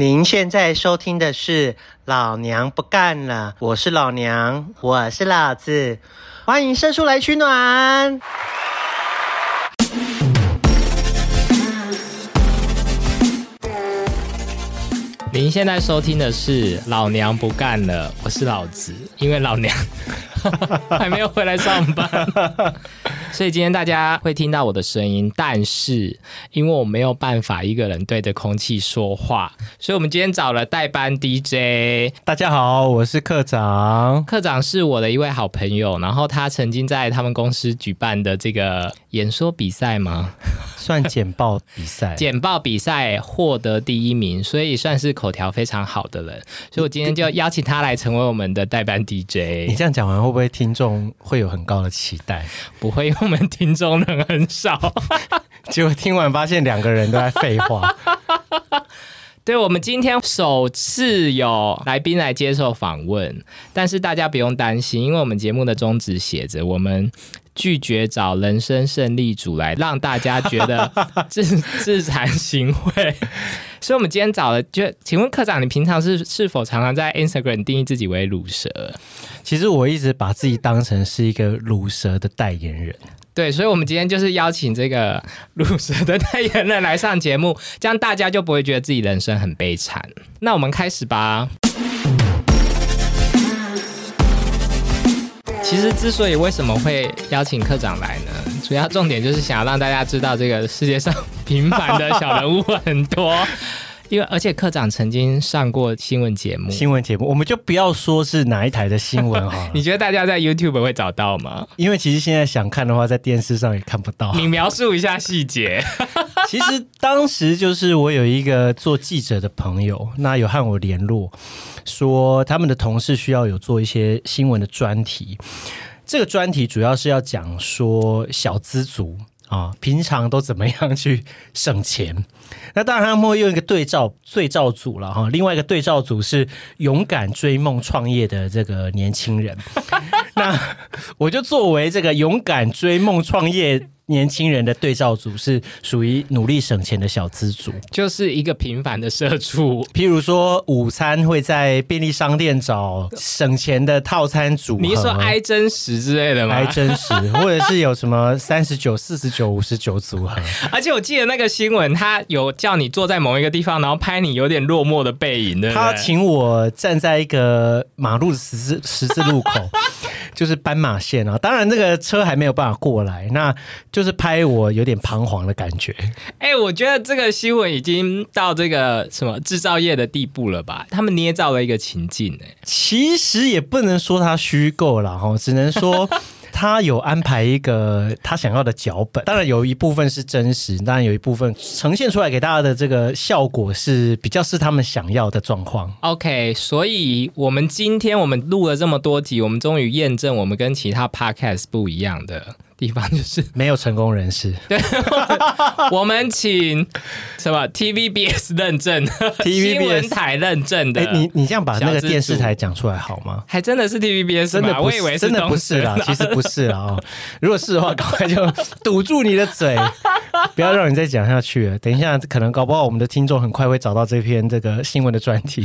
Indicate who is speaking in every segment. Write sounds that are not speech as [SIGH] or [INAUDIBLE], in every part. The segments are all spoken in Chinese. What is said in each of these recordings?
Speaker 1: 您现在收听的是《老娘不干了》，我是老娘，我是老子，欢迎射出来取暖。
Speaker 2: 您现在收听的是《老娘不干了》，我是老子，因为老 [LAUGHS] 娘还没有回来上班， [LAUGHS] 所以今天大家会听到我的声音，但是因为我没有办法一个人对着空气说话，所以我们今天找了代班 DJ，
Speaker 3: 大家好，我是课长。
Speaker 2: 科长是我的一位好朋友，然后他曾经在他们公司举办的这个演说比赛吗？
Speaker 3: 算简报
Speaker 1: [LAUGHS]
Speaker 3: 比赛，
Speaker 2: 简报比赛获得第一名，所以算是口条非常好的人。所以我今天就邀请他来成为我们的代班
Speaker 3: 你
Speaker 2: DJ。
Speaker 3: 这样讲完，会不会听众会有很高的期待？ [LAUGHS]
Speaker 2: 不会，因为我们听众人很少。
Speaker 3: 结果听完发现两个人都在废
Speaker 1: [LAUGHS]
Speaker 3: 话。
Speaker 2: 对，我们今天首次有来宾来接受访问，但是大家不用担心，因为我们节目的宗旨写着我们。拒绝找人生胜利组来让大家觉得自自惭形秽，所以我们今天找了就，请问科长，你平常是是否常常在 Instagram 定义自己为乳蛇？
Speaker 3: 其实我一直把自己当成是一个乳蛇的代言人，
Speaker 1: 嗯
Speaker 2: 对，所以，我们今天就是邀请这个乳蛇的代言人来上节目，这样大家就不会觉得自己人生很悲惨。那我们开始吧。其实，之所以为什么会邀请科长来呢？主要重点就是想要让大家知道，这个世界上平凡的小人物很多。因为，而且科长曾经上过新闻节目，
Speaker 3: 新闻节目，我们就不要说是哪一台的新
Speaker 1: [LAUGHS]
Speaker 3: 闻好了
Speaker 2: 你，觉得大家在 YouTube 会找到 [LAUGHS] 吗？
Speaker 3: 因为其实现在想看的话，在电视上也看不到。
Speaker 2: 你描述一下细节。
Speaker 3: [LAUGHS] 其实当时就是我有一个做记者的朋友，那有和我联络，说他们的同事需要有做一些新闻的专题。这个专题主要是要讲说小资族啊，平常都怎么样去省钱。那当然他们会用一个对照对照组了哈，另外一个对照组是勇敢追梦创业的这个年轻人。那我就作为这个勇敢追梦创业年轻人的对照组，是属于努力省钱的小资族。
Speaker 2: [LAUGHS] 就是一个平凡的社畜。
Speaker 3: 譬如说，午餐会在便利商店找省钱的套餐组合，
Speaker 2: 你是说哀真实之类的
Speaker 3: 还
Speaker 2: 吗？
Speaker 3: 真
Speaker 2: [LAUGHS]
Speaker 3: 实，或者是有什么三十九、四十九、五十九组合，
Speaker 2: 而且我记得那个新闻，他有叫你坐在某一个地方，然后拍你有点落寞的背影，对不对
Speaker 3: 他请我站在一个马路的十字十字路
Speaker 2: [LAUGHS]
Speaker 3: 口，就是斑马线啊。当然，这个车还没有办法过来，那就是拍我有点彷徨的感觉。
Speaker 2: 哎、我觉得这个新闻已经到这个什么制造业的地步了吧？他们捏造了一个情境、哎，
Speaker 3: 其实也不能说他虚构了哈，只能说他有安排一个他想要的脚本。当然有一部分是真实，当然有一部分呈现出来给大家的这个效果是比较是他们想要的状况。
Speaker 2: OK，所以我们今天我们录了这么多集，我们终于验证我们跟其他 podcast 不一样的地方，
Speaker 3: [LAUGHS]
Speaker 2: 就是
Speaker 3: 没有成功人士
Speaker 2: 我们请什么 TVBS 认证、新闻
Speaker 3: ，TVBS，
Speaker 2: 台认证的。
Speaker 3: 哎、你你这样把那
Speaker 2: 小
Speaker 3: 个
Speaker 2: 资
Speaker 3: 电视
Speaker 2: 主
Speaker 3: 台讲出来好吗？
Speaker 2: 还真的是 TVBS，
Speaker 3: 真的
Speaker 2: 吗
Speaker 3: 不
Speaker 2: 我
Speaker 3: 是，
Speaker 2: 以为
Speaker 3: 真的不是啦
Speaker 2: 啦，，
Speaker 3: 其实不是啦哦。如果是的话，赶快就 [LAUGHS] 堵住你的嘴， [LAUGHS] 不要让你再讲下去了。等一下，可能搞不好我们的听众很快会找到这篇这个新闻的专题，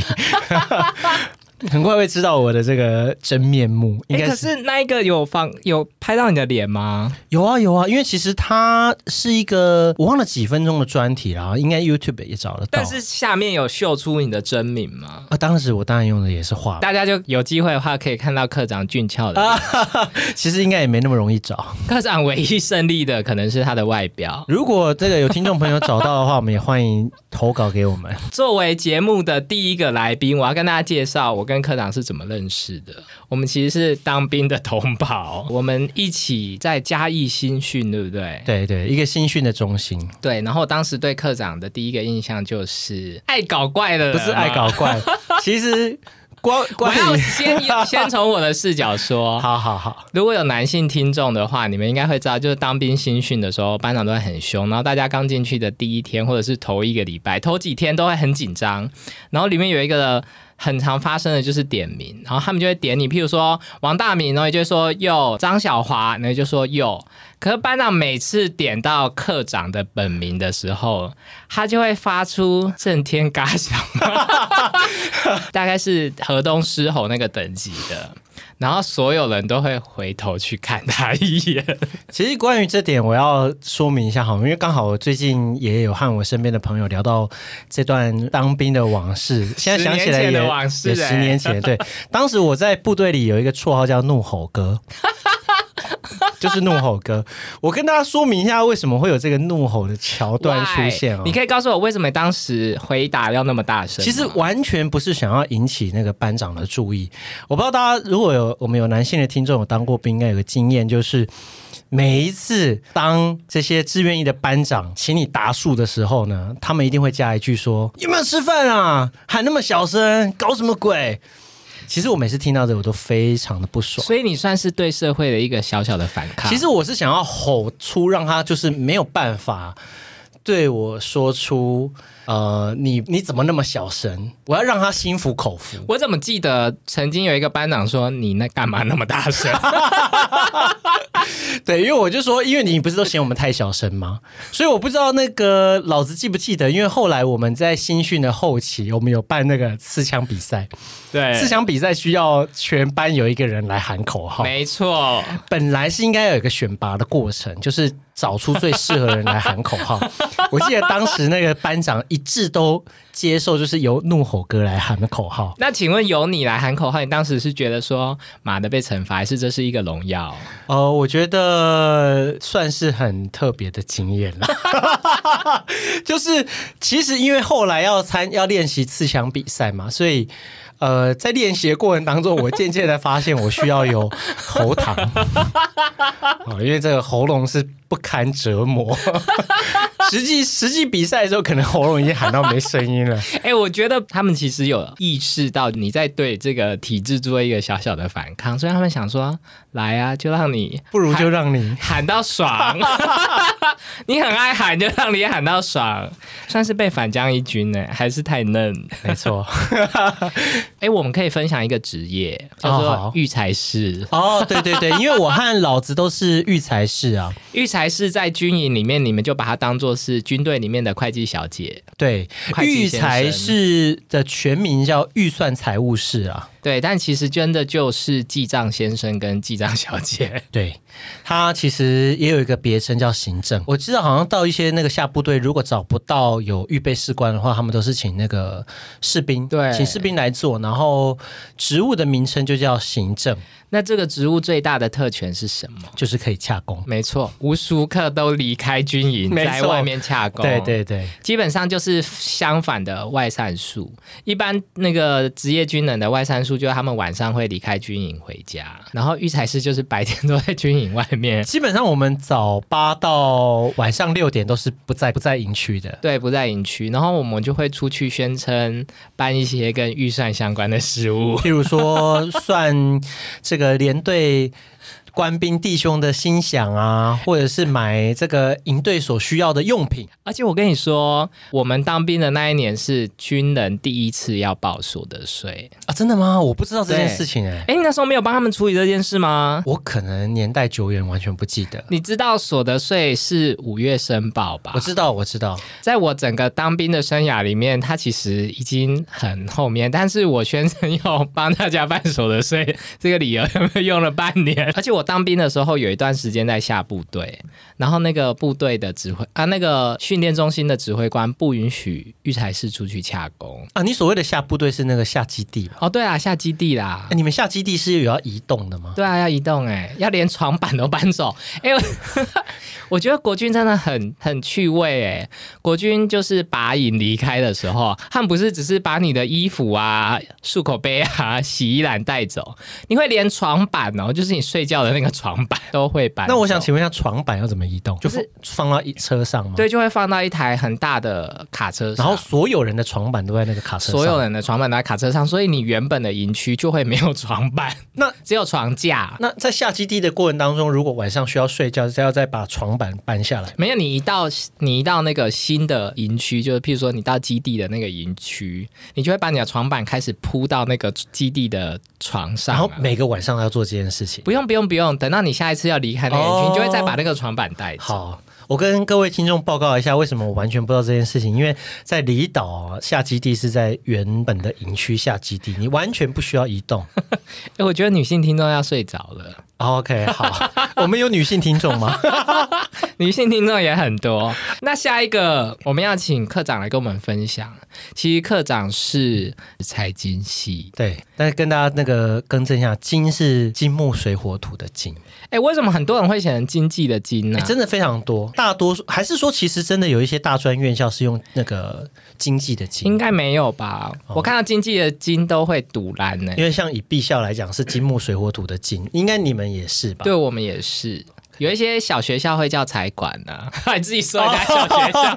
Speaker 3: [LAUGHS] 很快会知道我的这个真面目。应
Speaker 2: 哎、
Speaker 3: 该
Speaker 2: 可
Speaker 3: 是、
Speaker 2: 是那一个有放有拍到你的脸吗？
Speaker 3: 有啊有啊，因为其实它是一个我忘了几分钟的专题啦，应该 YouTube 也找得到。
Speaker 2: 但是下面有秀出你的真名吗？
Speaker 3: 啊，当时我当然用的也是画，
Speaker 2: 大家就有机会的话，可以看到科长俊俏的脸、
Speaker 3: 啊其实应该也没那么容易找。
Speaker 2: 科长唯一胜利的可能是他的外表。
Speaker 3: 如果这个有听众朋友找到的话，我们也欢迎投稿给我们。
Speaker 2: 作为节目的第一个来宾，我要跟大家介绍我跟科长是怎么认识的。我们其实是当兵的同
Speaker 3: [LAUGHS]
Speaker 2: 袍，我们一起在嘉义新训，对不对？
Speaker 3: 对对，一个新训的中心，
Speaker 2: 对，然后当时对科长的第一个印象就是爱搞怪的人
Speaker 3: 不
Speaker 2: 嘛，
Speaker 3: 是爱搞怪， [LAUGHS] 其实关
Speaker 2: 啊我
Speaker 3: 关
Speaker 2: 要
Speaker 3: 于
Speaker 2: 先先从我的视角
Speaker 3: [LAUGHS]
Speaker 2: 说，[LAUGHS]
Speaker 3: 好好好，
Speaker 2: 如果有男性听众的话，你们应该会知道，就是当兵新训的时候，班长都会很凶，然后大家刚进去的第一天或者是头一个礼拜、头几天都会很紧张，然后里面有一个很常发生的就是点名，然后他们就会点你，譬如说王大明，然后你就会说哟，张小华，然后就说哟。可是班长每次点到课长的本名的时候，他就会发出震天嘎响， [LAUGHS] 大概是河东狮吼那个等级的。然后所有人都会回头去看他一 [LAUGHS] 眼。
Speaker 3: 其实关于这点，我要说明一下好，因为刚好我最近也有和我身边的朋友聊到这段当兵的往事，现在想起来
Speaker 2: 十年前
Speaker 3: 也
Speaker 2: 的往事
Speaker 3: 也
Speaker 2: 欸
Speaker 3: 十年前。
Speaker 2: [LAUGHS]
Speaker 3: 对，当时我在部队里有一个绰号叫“怒吼哥”。 [LAUGHS] 就是怒吼哥，我跟大家说明一下为什么会有这个怒吼的桥段出现
Speaker 2: Why？
Speaker 3: 哦。
Speaker 2: 你可以告诉我为什么当时回答要那么大声
Speaker 3: 其
Speaker 2: 吗？
Speaker 3: 实完全不是想要引起那个班长的注意。我不知道大家如果有我们有男性的听众有当过兵，应该有个经验，就是每一次当这些志愿役的班长请你答数的时候呢，他们一定会加一句说：“有没有吃饭啊？喊那么小声，搞什么鬼？”其实我每次听到这，我都非常的不爽。
Speaker 2: 所以你算是啊对社会的一个小小的反抗。
Speaker 3: 其实我是想要吼出让他就是没有办法对我说出，呃，你你怎么那么小声？我要让他心服口服。
Speaker 2: 我怎么记得曾经有一个班长说你那干嘛那么大声？
Speaker 3: 对，因为我就说，因为你不是都嫌我们太小声吗？所以我不知道那个老子记不记得，因为后来我们在新训的后期，我们有办那个刺枪比赛，
Speaker 2: [LAUGHS] 对
Speaker 3: 刺枪比赛需要全班有一个人来喊口号。
Speaker 2: 没错，
Speaker 3: 本来是应该有一个选拔的过程，就是找出最适合的人来喊口号。我记得当时那个班长一致都接受，就是由怒吼哥来喊的口号。
Speaker 2: [LAUGHS] 那请问由你来喊口号，你当时是觉得说妈的被惩罚，还是这是一个荣耀？
Speaker 3: 呃，我觉得算是很特别的经验了。 [LAUGHS] 就是其实因为后来要参要练习刺枪比赛嘛，所以呃，在练习的过程当中，我渐渐的发现我需要有喉 [LAUGHS] 糖，哦，因为这个喉咙是不堪折 [LAUGHS] 磨。实际实际比赛的时候，可能喉咙已经喊到没声音 [LAUGHS] 了。
Speaker 2: 哎、我觉得他们其实有意识到你在对这个体制做一个小小的反抗，所以他们想说，来啊，就让你
Speaker 3: 不如就让你
Speaker 2: 喊到爽，你很爱喊，就让你喊到爽，算是被反将一军呢、还是太嫩？
Speaker 3: 没错
Speaker 2: 哎、我们可以分享一个职业，叫
Speaker 3: 哦
Speaker 2: 做
Speaker 3: 好
Speaker 2: 育才师。
Speaker 3: 哦，对对对，因为我和老子都是育才士啊。
Speaker 2: 育才师在军营里面，你们就把它当做是军队里面的会计小姐。
Speaker 3: 对，
Speaker 2: 会计
Speaker 3: 育
Speaker 2: 先
Speaker 3: 才
Speaker 2: 生
Speaker 3: 士的全名叫预算财务室啊。
Speaker 2: 对，但其实真的就是记账先生跟记账小姐。 [LAUGHS]
Speaker 3: 对，它其实也有一个别称叫行政。我知道好像到一些那个下部队，如果找不到有预备士官的话，他们都是请那个士兵，
Speaker 2: 对
Speaker 3: 请士兵来做，然后职务的名称就叫行政，
Speaker 2: 那这个职务最大的特权是什么？
Speaker 3: 就是可以洽工。
Speaker 2: 没错，无时无刻都离开军营，
Speaker 3: 没错
Speaker 2: 在外面洽工。
Speaker 3: 对对对，
Speaker 2: 基本上就是相反的外散数。一般那个职业军人的外散数，就是他们晚上会离开军营回家，然后育才师就是白天都在军营外面， [LAUGHS]
Speaker 3: 基本上我们早八到晚上六点都是不在不在营区的。
Speaker 2: 对，不在营区。然后我们就会出去宣称办一些跟预算相关的事务。
Speaker 3: 譬如说算这个连队官兵弟兄的心想啊，或者是买这个营队所需要的用品。
Speaker 2: 而且我跟你说，我们当兵的那一年是军人第一次要报所得税。
Speaker 3: 啊，真的吗？我不知道这件
Speaker 2: 对
Speaker 3: 事情哎、
Speaker 2: 哎，你那时候没有帮他们处理这件事吗？
Speaker 3: 我可能年代久远，完全不记得。
Speaker 2: 你知道所得税是五月申报吧？
Speaker 3: 我知道，我知道，
Speaker 2: 在我整个当兵的生涯里面，他其实已经很后面，但是我宣称要帮大家办手的税，这个理由有没有用了半年？而且我当兵的时候有一段时间在下部队，然后那个部队的指挥啊，那个训练中心的指挥官不允许育才士出去洽工。
Speaker 3: 啊，你所谓的下部队是那个下基地吧？
Speaker 2: 哦，对啊，下基地啦
Speaker 3: 哎。你们下基地是有要移动的吗？
Speaker 2: 对啊，要移动哎、要连床板都搬走 [LAUGHS] 哎、我我觉得国军真的很很趣味哎、国军就是拔营离开的时候，他们不是只是把你的衣服啊、漱口杯啊、洗衣篮带走，你会连床板哦，就是你睡觉的那个床板都会搬走。
Speaker 3: 那我想请问一下，床板要怎么移动？就
Speaker 2: 就是
Speaker 3: 放放到一车上吗？
Speaker 2: 对，就会放到一台很大的卡车
Speaker 3: 然
Speaker 2: 上，
Speaker 3: 后所有人的床板都在那个卡车上，
Speaker 2: 所有人的床板都在卡车上，所以你原本的营区就会没有床板，
Speaker 3: 那
Speaker 2: [LAUGHS] 只有床架。
Speaker 3: 那在下基地的过程当中，如果晚上需要睡觉，是要再把床板搬下来。
Speaker 2: 没有，你一到你一到那个新的营区，就是譬如说你到基地的那个营区，你就会把你的床板开始铺到那个基地的床上
Speaker 3: 然
Speaker 2: 啊、
Speaker 3: 后每个晚上要做这件事情。
Speaker 2: 不用不用不用，等到你下一次要离开那个营区，
Speaker 3: 哦
Speaker 2: 你就会再把那个床板带走。
Speaker 3: 好，我跟各位听众报告一下，为什么我完全不知道这件事情？因为在离岛啊下基地是在原本的营区下基地，你完全不需要移
Speaker 2: [LAUGHS]
Speaker 3: 动。哦
Speaker 2: 哎，我觉得女性听众要睡着了，
Speaker 3: OK，好， [LAUGHS] 我们有女性听众
Speaker 2: [LAUGHS]
Speaker 3: 吗？
Speaker 2: 女性听众也很多。那下一个我们要请课长来跟我们分享。其实课长是财经系，
Speaker 3: 对，但是跟大家那个更正一下，金是金木水火土的金，
Speaker 2: 哎，为什么很多人会写成经济的经呢、
Speaker 3: 哎、真的非常多，大多数还是说，其实真的有一些大专院校是用那个经济的经
Speaker 2: 应，该没有吧？
Speaker 3: 哦
Speaker 2: 我看到经济的经都会堵烂呢、
Speaker 3: 因为像以毕校来讲是金木水火土的金，应该你们也是吧？
Speaker 2: 对我们也是。有一些小学校会叫财管呢、 [LAUGHS] 还自己说人家小学
Speaker 3: 哦
Speaker 2: 校，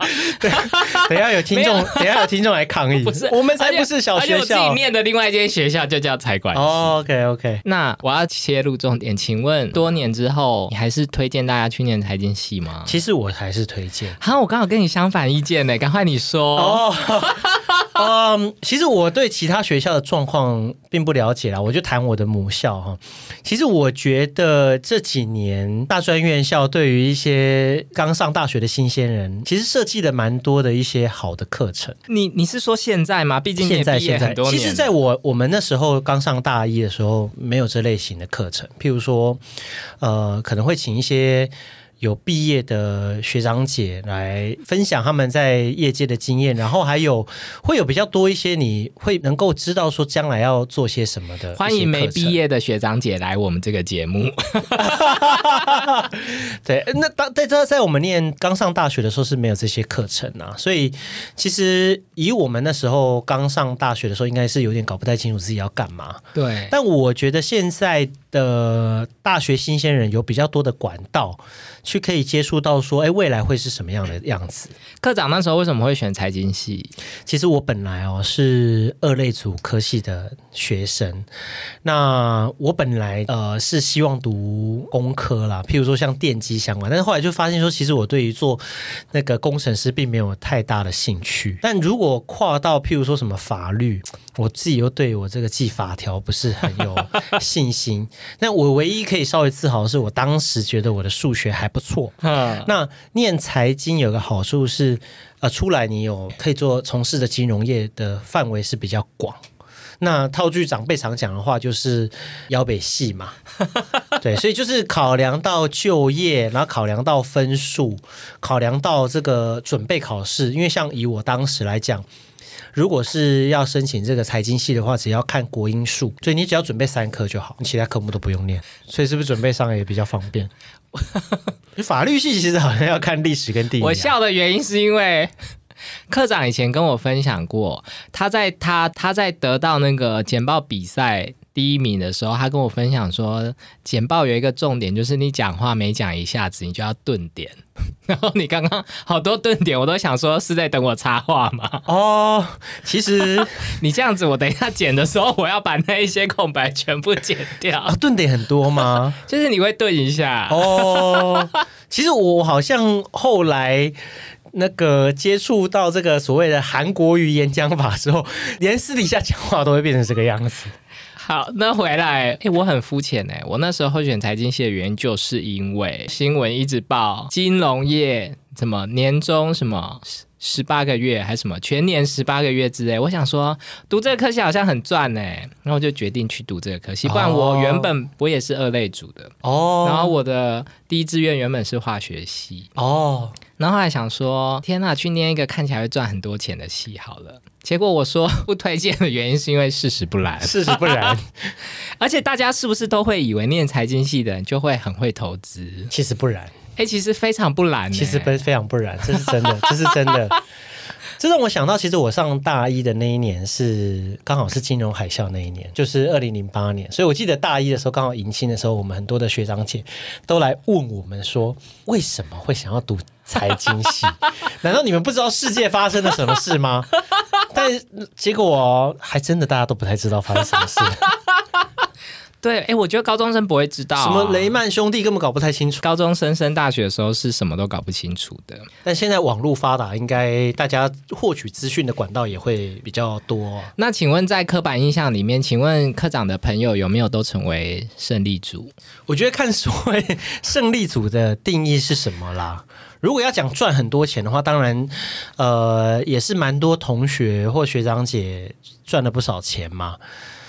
Speaker 2: [LAUGHS]
Speaker 3: 等一下有听众，等一下有听众来抗议，
Speaker 2: 不是
Speaker 3: 我们才
Speaker 2: 而且
Speaker 3: 不是小
Speaker 2: 而且
Speaker 3: 学
Speaker 2: 我自
Speaker 3: 校
Speaker 2: 己。念的另外一间学校就叫财管系。
Speaker 3: 哦，OK OK，
Speaker 2: 那我要切入重点，请问多年之后，你还是推荐大家去念财经系吗？
Speaker 3: 其实我还是推荐。
Speaker 2: 好、我刚好跟你相反意见呢，赶快你说。
Speaker 3: 哦，嗯，其实我对其他学校的状况并不了解啦，我就谈我的母校哈。其实我觉得这几年大专院校对于一些刚上大学的新鲜人，其实设计了蛮多的一些好的课程。
Speaker 2: 你你是说现在吗？毕竟你也
Speaker 3: 现在
Speaker 2: 毕业
Speaker 3: 现在
Speaker 2: 很多，
Speaker 3: 其
Speaker 2: 年，
Speaker 3: 实在我我们那时候刚上大一的时候，没有这类型的课程，譬如说，呃，可能会请一些。有毕业的学长姐来分享他们在业界的经验，然后还有会有比较多一些你会能够知道说将来要做些什么的一些课程。
Speaker 2: 欢迎没毕业的学长姐来我们这个节目。
Speaker 3: 对，那当在在在我们念刚上大学的时候是没有这些课程啊，所以其实以我们那时候刚上大学的时候，应该是有点搞不太清楚自己要干嘛。
Speaker 2: [LAUGHS] 对，
Speaker 3: 但我觉得现在的大学新鲜人有比较多的管道去可以接触到说，哎，未来会是什么样的样子？
Speaker 2: 科长那时候为什么会选财经系？
Speaker 3: 其实我本来哦是二类组科系的学生，那我本来呃是希望读工科啦，譬如说像电机相关，但是后来就发现说，其实我对于做那个工程师并没有太大的兴趣。但如果跨到譬如说什么法律，我自己又对我这个记法条不是很有信心。 [LAUGHS] 那我唯一可以稍微自豪的是，我当时觉得我的数学还不错，
Speaker 2: 哼，
Speaker 3: 那念财经有个好处是，呃，出来你有可以做从事的金融业的范围是比较广。那套句长辈常讲的话就是“摇北系”嘛，对，所以就是考量到就业，然后考量到分数，考量到这个准备考试。因为像以我当时来讲，如果是要申请这个财经系的话，只要看国英数，所以你只要准备三科就好，你其他科目都不用念，所以是不是准备上也比较方便？法律系其实好像要看历史跟地理、啊。
Speaker 2: 我笑的原因是因为 [LAUGHS] 科长以前跟我分享过，他在他他在得到那个简报比赛第一名的时候，他跟我分享说，简报有一个重点就是你讲话每讲一下子，你就要顿点。 [LAUGHS] 然后你刚刚好多顿点，我都想说是在等我插话吗？
Speaker 3: 哦，其实
Speaker 2: [LAUGHS] 你这样子，我等一下剪的时候，我要把那一些空白全部剪
Speaker 3: [LAUGHS]
Speaker 2: 掉 [LAUGHS]
Speaker 3: 啊，，顿点很多吗？
Speaker 2: 就是你会顿一下。
Speaker 3: 哦，其实我好像后来。那个接触到这个所谓的韩国语演讲法之后，连私底下讲话都会变成这个样子。
Speaker 2: 好，那回来，哎、我很肤浅哎，我那时候候选财经系的原因，就是因为新闻一直报金融业怎么年终什么十八个月还是什么全年十八个月之类，我想说读这个科系好像很赚哎，然后就决定去读这个科系，不然我
Speaker 3: 哦
Speaker 2: 原本我也是二类组的，
Speaker 3: 哦，
Speaker 2: 然后我的第一志愿原本是化学系，
Speaker 3: 哦，
Speaker 2: 然后后来想说，天呐，去念一个看起来会赚很多钱的系好了。结果我说不推荐的原因是因为事实不然，
Speaker 3: 事实不然，
Speaker 2: 而且大家是不是都会以为念财经系的人就会很会投资？
Speaker 3: [LAUGHS] 其实不然，
Speaker 2: 哎，其实非常不难、欸，
Speaker 3: 其实非非常不然，这是真的，这是真的。这让我想到，其实我上大一的那一年是刚好是金融海啸那一年，就是二零零八年，所以我记得大一的时候，刚好迎新的时候，我们很多的学长姐都来问我们说，为什么会想要读财经系？ [LAUGHS] 难道你们不知道世界发生了什么事吗？ [LAUGHS] 但结果哦还真的大家都不太知道发生什么事，
Speaker 2: 对，哎，我觉得高中生不会知道、啊
Speaker 3: 什么雷。曼兄弟根本搞不太清楚。
Speaker 2: 高中生升大学的时候是什么都搞不清楚的，
Speaker 3: 但现在网络发达，应该大家获取资讯的管道也会比较多。
Speaker 2: 那请问，在刻板印象里面，请问科长的朋友有没有都成为胜利组？
Speaker 3: 我觉得看所谓胜利组的定义是什么啦。 [LAUGHS] 如果要讲赚很多钱的话，当然，呃，也是蛮多同学或学长姐赚了不少钱嘛。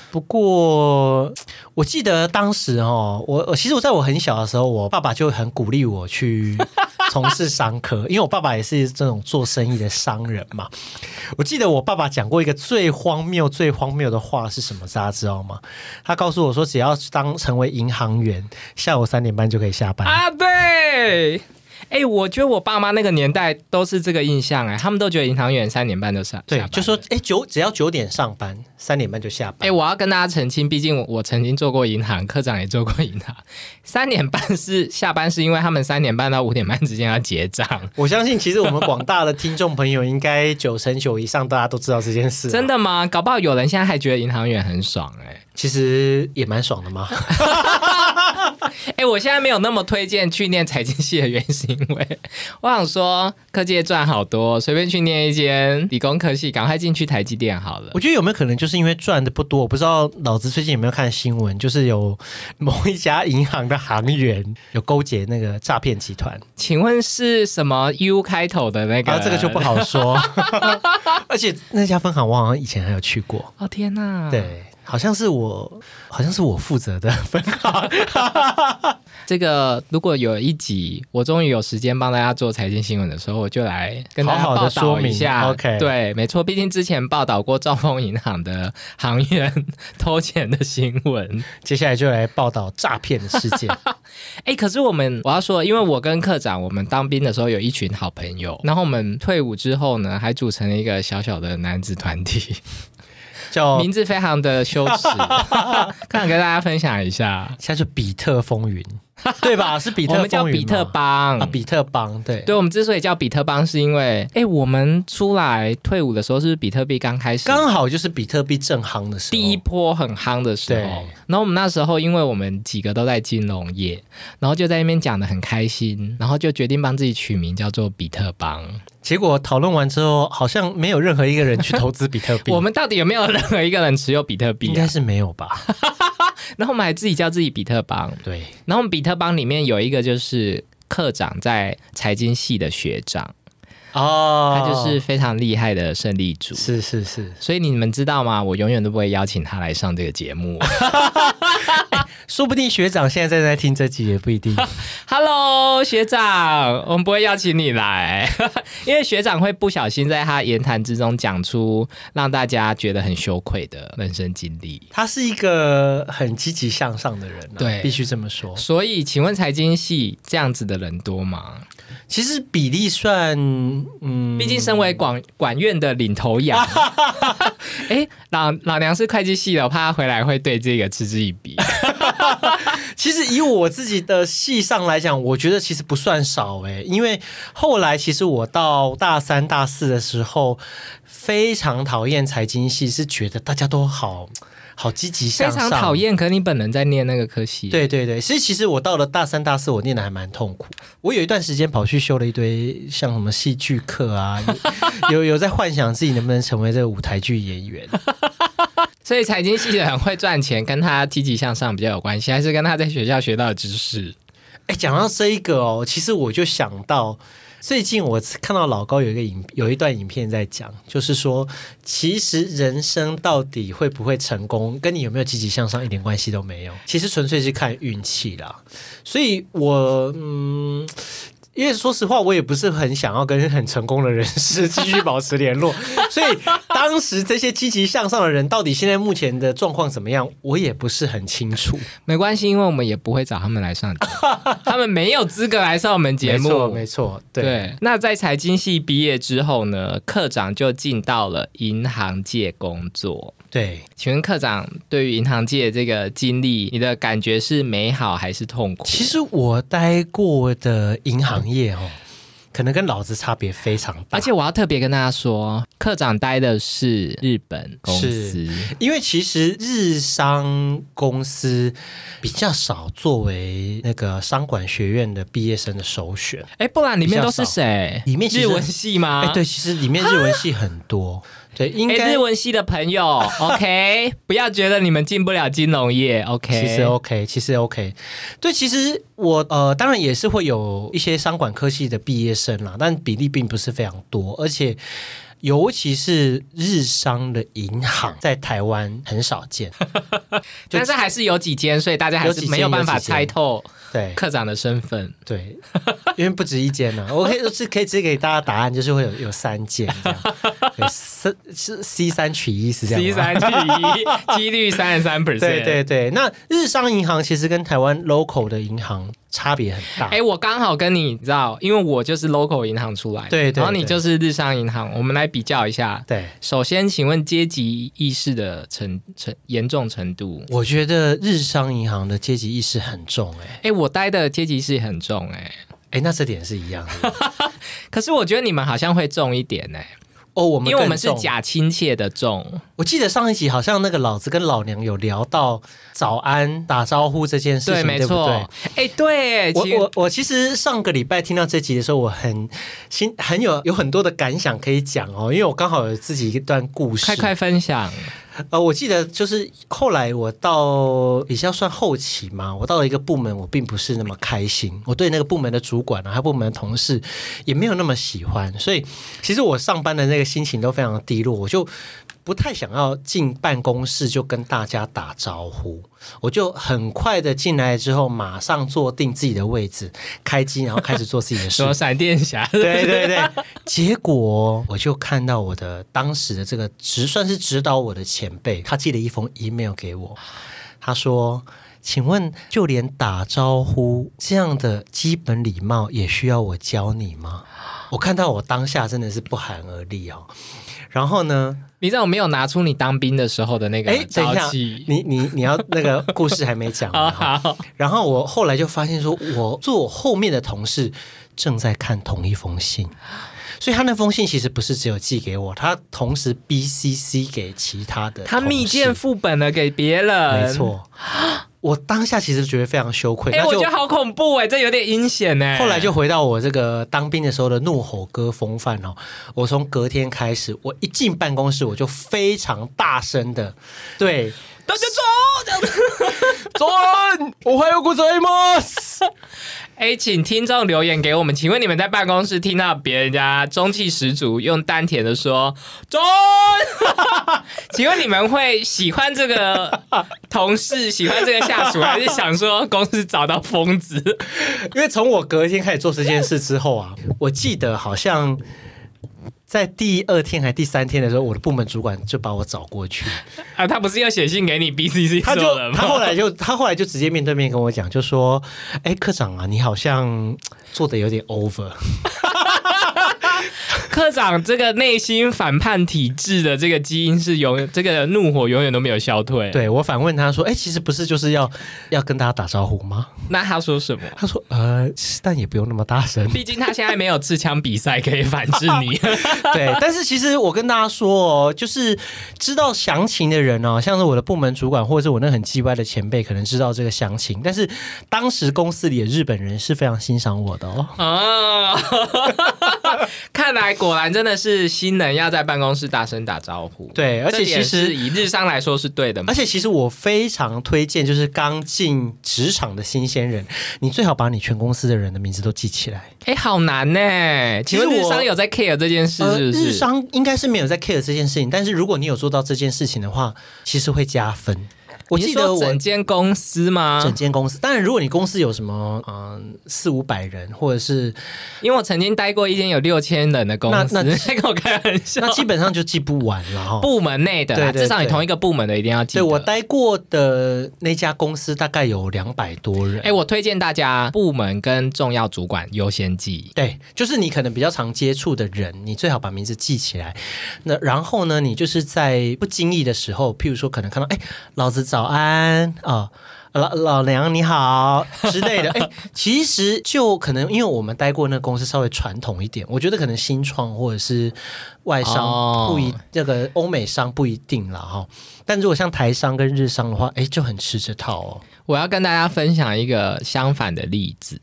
Speaker 3: 不过，我记得当时哦，我我其实我在我很小的时候，我爸爸就很鼓励我去从事商科， [LAUGHS] 因为我爸爸也是这种做生意的商人嘛。我记得我爸爸讲过一个最荒谬、最荒谬的话是什么？大家知道吗？他告诉我说，只要当成为银行员，下午三点半就可以下班。
Speaker 2: 啊，对。哎、我觉得我爸妈那个年代都是这个印象哎、他们都觉得银行员三点半就上，
Speaker 3: 对
Speaker 2: 下，班
Speaker 3: 就说
Speaker 2: 了
Speaker 3: 哎九只要九点上班，三点半就下班。
Speaker 2: 哎、我要跟大家澄清，毕竟我我曾经做过银行，科长也做过银行。三点半是下班，是因为他们三点半到五点半之间要结账。
Speaker 3: 我相信，其实我们广大的听众朋友应该九成九以上，大家都知道这件事、啊
Speaker 2: 真
Speaker 3: 的，
Speaker 2: 的吗？搞不好有人现在还觉得银行员很爽哎、
Speaker 3: 其实也蛮爽的嘛。
Speaker 2: 哎、我现在没有那么推荐去念财经系的原因，是因为我想说科技业赚好多，随便去念一间理工科系，赶快进去台积电好了。
Speaker 3: [LAUGHS] 我觉得有没有可能就是因为赚的不多？我不知道老子最近有没有看新闻，就是有某一家银行的行员 [LAUGHS] 有勾结那个诈骗集团，
Speaker 2: 请问是什么 U 开头的那个？
Speaker 3: 然啊后这个就不。好
Speaker 2: [LAUGHS]
Speaker 3: 说。而且那家分行我好像以前还有去过，
Speaker 2: 哦天哪！，
Speaker 3: 对，好像是我，好像是我负责的分行。
Speaker 2: 这个如果有一集我终于有时间帮大家做财经新闻的时候，我就来跟大家
Speaker 3: 好好地
Speaker 2: 报
Speaker 3: 说
Speaker 2: 道
Speaker 3: 明
Speaker 2: 一下。
Speaker 3: OK
Speaker 2: 对，没错，毕竟之前报道过兆丰银行的行员偷钱的新闻。 [LAUGHS]
Speaker 3: 接下来就来报道诈骗的事件。
Speaker 2: 哎、可是我们我要说，因为我跟科长，我们当兵的时候有一群好朋友，然后我们退伍之后呢，还组成了一个小小的男子团
Speaker 3: [LAUGHS]
Speaker 2: 体，
Speaker 3: 叫
Speaker 2: 名字非常的羞
Speaker 3: [LAUGHS]
Speaker 2: 耻，看跟大家分享一下，
Speaker 3: 现在就比特风
Speaker 2: [LAUGHS]
Speaker 3: 云，对吧？是比特风
Speaker 2: 我
Speaker 3: 云
Speaker 2: 们叫
Speaker 3: 吗
Speaker 2: 比特邦。
Speaker 3: 啊，比特邦对。
Speaker 2: 对，我们之所以叫比特邦，是因为，哎、我们出来退伍的时候，是不是比特币刚开始
Speaker 3: 刚好就是比特币正行的时候，
Speaker 2: 第一波很夯的时候
Speaker 3: 对，
Speaker 2: 然后我们那时候因为我们几个都在金融业，然后就在那边讲的很开心，然后就决定帮自己取名叫做比特邦。
Speaker 3: 结果讨论完之后，好像没有任何一个人去投资比特币，
Speaker 2: [LAUGHS] 我们到底有没有任何一个人持有比特
Speaker 3: [LAUGHS] 应
Speaker 2: 币、
Speaker 3: 该
Speaker 2: 啊？
Speaker 3: 是没有吧？
Speaker 2: 然后我们还自己叫自己比特邦。
Speaker 3: 对，
Speaker 2: 然后我们比特邦里面有一个就是课长在财经系的学长，
Speaker 3: 哦
Speaker 2: [LAUGHS] 他就是非常厉害的胜利组。
Speaker 3: 是是是，
Speaker 2: 所以你们知道吗？我永远都不会邀请他来上这个节目。
Speaker 3: 说不定学长现在正在听这集也不一
Speaker 2: [LAUGHS]
Speaker 3: 定。
Speaker 2: Hello，学长，我们不会邀请你来， [LAUGHS] 因为学长会不小心在他言谈之中讲出让大家觉得很羞愧的人生经历。
Speaker 3: 他是一个很积极向上的人、啊，
Speaker 2: 对
Speaker 3: 必须这么说。
Speaker 2: 所以，请问财经系这样子的人多吗？
Speaker 3: 其实比例算，嗯，
Speaker 2: 毕竟身为管管院的领头
Speaker 3: [LAUGHS]
Speaker 2: 羊，哎、老老娘是会计系的，我怕他回来会对这个嗤之以
Speaker 3: [LAUGHS]
Speaker 2: 鼻。
Speaker 3: 其实以我自己的系上来讲，我觉得其实不算少诶、因为后来其实我到大三、大四的时候，非常讨厌财经系，是觉得大家都好好积极
Speaker 2: 非
Speaker 3: 向上，
Speaker 2: 常讨。厌，可你本人在念那个科系，，
Speaker 3: 对对对，所以其实我到了大三、大四，我念的还蛮痛苦。我有一段时间跑去修了一堆像什么戏剧课啊，有有 [LAUGHS] 有在幻想自己能不能成为这个舞台剧演员。
Speaker 2: 所以财经系的人会赚钱，跟他积极向上比较有关系，还是跟他在学校学到的知识？
Speaker 3: 哎，讲到这一个哦，其实我就想到最近我看到老高有一个影有一段影片在讲，就是说其实人生到底会不会成功，跟你有没有积极向上一点关系都没有，其实纯粹是看运气啦。所以我嗯。因为说实话，我也不是很想要跟很成功的人 [LAUGHS] 士继续保持联络，所以当时这些积极向上的人，到底现在目前的状况怎么样，我也不是很清楚。
Speaker 2: 没关系，因为我们也不会找他们来上节目，
Speaker 3: [LAUGHS]
Speaker 2: 他们没有资格来上我们节
Speaker 3: 没错，
Speaker 2: 目。
Speaker 3: 没错，对。
Speaker 2: 对，那在财经系毕业之后呢，课长就进到了银行界工作。
Speaker 3: 对
Speaker 2: 请问课长对于银行界这个经历，你的感觉是美好还是痛苦？
Speaker 3: 其实我待过的银行业哦，可能跟老子差别非常大，
Speaker 2: 而且我要特别跟大家说，课长待的是日本公司，
Speaker 3: 因为其实日商公司比较少作为那个商管学院的毕业生的首选。
Speaker 2: 哎，不然里面都是谁？
Speaker 3: 里面其实
Speaker 2: 日文系吗？
Speaker 3: 哎、对，其实里面日文系很
Speaker 2: [LAUGHS]
Speaker 3: 多，对，应
Speaker 2: 啊哎，
Speaker 3: 该
Speaker 2: 日文系的朋友
Speaker 3: [LAUGHS]
Speaker 2: ，OK，不要觉得你们进不了金融业，OK。
Speaker 3: 其实哦 OK，其实 OK。对，其实我呃，当然也是会有一些商管科系的毕业生啦，但比例并不是非常多，而且。尤其是日商的银行在台湾很少见，就
Speaker 2: 但是还是有几间，所以大家还
Speaker 3: 有几
Speaker 2: 是
Speaker 3: 间
Speaker 2: 没有办法
Speaker 3: 有几间
Speaker 2: 猜透
Speaker 3: 对
Speaker 2: 课长的身份。
Speaker 3: 对，因为不止一间呢、我
Speaker 2: [LAUGHS]
Speaker 3: 可以是可以直接给大家答案，就是会有有三间这样，对三是 C 三取一是这样吗
Speaker 2: C 三取一，几率三十三 percent。
Speaker 3: 对对对，那日商银行其实跟台湾 local 的银行差别很大。
Speaker 2: 哎、我刚好跟你你知道，因为我就是 local 银行出来的，
Speaker 3: 对对对
Speaker 2: 然后你就是日商银行，我们来比较一下。
Speaker 3: 对，
Speaker 2: 首先，请问阶级意识的程程严重程度？
Speaker 3: 我觉得日商银行的阶级意识很重、哎
Speaker 2: 哎、我待的阶级是很重哎、
Speaker 3: 哎，那这点是一样的
Speaker 2: 可是我觉得你们好像会重一点哎、
Speaker 3: 哦。我们
Speaker 2: 因为我
Speaker 3: 更
Speaker 2: 们是
Speaker 3: 重，
Speaker 2: 假亲切的重，
Speaker 3: 我记得上一集好像那个老子跟老娘有聊到早安打招呼这件事
Speaker 2: 对，
Speaker 3: 情，
Speaker 2: 没
Speaker 3: 对不
Speaker 2: 错
Speaker 3: 对？。
Speaker 2: 哎、对，
Speaker 3: 我
Speaker 2: 其实
Speaker 3: 我我其实上个礼拜听到这集的时候，我很心很有有很多的感想可以讲哦，因为我刚好有自己一段故事。
Speaker 2: 快快分享，
Speaker 3: 呃，我记得就是后来我到比较算后期嘛，我到了一个部门，我并不是那么开心，我对那个部门的主管啊，还有部门的同事也没有那么喜欢，所以其实我上班的那个心情都非常的低落，我就。不太想要进办公室就跟大家打招呼，我就很快的进来之后，马上坐定自己的位置，开机，然后开始做自己的事
Speaker 2: [LAUGHS] 什么闪电侠？
Speaker 3: 对对对，结果我就看到我的当时的这个直算是指导我的前辈，他寄了一封 email 给我，他说：“请问，就连打招呼这样的基本礼貌也需要我教你吗？”我看到我当下真的是不寒而栗哦。然后呢？
Speaker 2: 你知道我没有拿出你当兵的时候的那
Speaker 3: 哎
Speaker 2: 个，
Speaker 3: 等一
Speaker 2: 朝
Speaker 3: 下，
Speaker 2: 气。
Speaker 3: 你你你要那个故事还没讲
Speaker 2: 好
Speaker 3: 完哈。
Speaker 2: [LAUGHS] 好，
Speaker 3: 然后我后来就发现说，我坐我后面的同事正在看同一封信，所以他那封信其实不是只有寄给我，他同时 BCC 给其他的同事，
Speaker 2: 他密件副本了给别人，
Speaker 3: 没错。我当下其实觉得非常羞愧，
Speaker 2: 哎、
Speaker 3: 那
Speaker 2: 我
Speaker 3: 就
Speaker 2: 觉得好恐怖哎、这有点阴险哎。
Speaker 3: 后来就回到我这个当兵的时候的怒吼哥风范哦。我从隔天开始，我一进办公室我就非常大声的对
Speaker 2: 大家走这样子。
Speaker 3: “中文，我还有古泽伊吗？”
Speaker 2: 哎、请听众留言给我们，请问你们在办公室听到别人家中气十足，用丹田的说“中”， [LAUGHS] 请问你们会喜欢这个同事，喜欢这个下属，还是想说公司找到疯子？
Speaker 3: 因为从我隔天开始做这件事之后啊，我记得好像在第二天还第三天的时候，我的部门主管就把我找过去，
Speaker 2: 啊，他不是要写信给你 BCC
Speaker 3: 他就
Speaker 2: 说了
Speaker 3: 他
Speaker 2: 吗？
Speaker 3: 后来就他后来就直接面对面跟我讲，就说：“哎，科长啊，你好像做的有点 over。
Speaker 2: 科长这个内心反叛体制的这个基因是永远，这个怒火永远都没有消退。，
Speaker 3: 对我反问他说：“哎，其实不是就是要要跟大家打招呼吗
Speaker 2: 那他说什么？？”
Speaker 3: 他说：“呃，但也不用那么大声。”
Speaker 2: 毕竟他现在没有自强比赛可以反制 [LAUGHS] 你。
Speaker 3: 对，但是其实我跟大家说哦，就是知道详情的人哦，像是我的部门主管或者是我那很鸡歪的前辈，可能知道这个详情，但是当时公司里的日本人是非常欣赏我的哦。
Speaker 2: 哦，看来果然真的是新人要在办公室大声打招呼。，
Speaker 3: 对，而且其实。
Speaker 2: 以日商来说是对的嘛
Speaker 3: 而。且其实我非常推荐，就是刚进职场的新鲜人，你最好把你全公司的人的名字都记起来。
Speaker 2: 哎、好难呢。
Speaker 3: 其
Speaker 2: 请
Speaker 3: 实
Speaker 2: 问日
Speaker 3: 我
Speaker 2: 商有在 care 这件事
Speaker 3: 呃，
Speaker 2: 是不
Speaker 3: 日
Speaker 2: 是？
Speaker 3: 商应该是没有在 care 这件事情，但是如果你有做到这件事情的话，其实会加分。我记得
Speaker 2: 你是
Speaker 3: 我
Speaker 2: 说整间公司吗？
Speaker 3: 整间公司，当然，如果你公司有什么嗯四五百人，或者 [LAUGHS] 是
Speaker 2: 因为我曾经待过一间有六千人的公司， [LAUGHS]
Speaker 3: 那那
Speaker 2: 在跟我开玩笑。
Speaker 3: 那基本上就记不完了哈。
Speaker 2: 部门内的啦，
Speaker 3: 哦对对
Speaker 2: 至少你
Speaker 3: 对
Speaker 2: 同一个部门的一定要记
Speaker 3: 对
Speaker 2: 得。
Speaker 3: 我待过的那家公司大概有两百多人。
Speaker 2: 哎、我推荐大家部门跟重要主管优先记。
Speaker 3: 对，就是你可能比较常接触的人，你最好把名字记起来。那然后呢，你就是在不经意的时候，譬如说可能看到，哎，老子早安啊、老老娘你好之类的。哎，其实就可能因为我们待过那个公司稍微传统一点，我觉得可能新创或者是外
Speaker 2: 哦
Speaker 3: 商不一，这个欧美商不一定啦哈。但如果像台商跟日商的话，哎，就很吃这套哦。
Speaker 2: 我要跟大家分享一个相反的例子，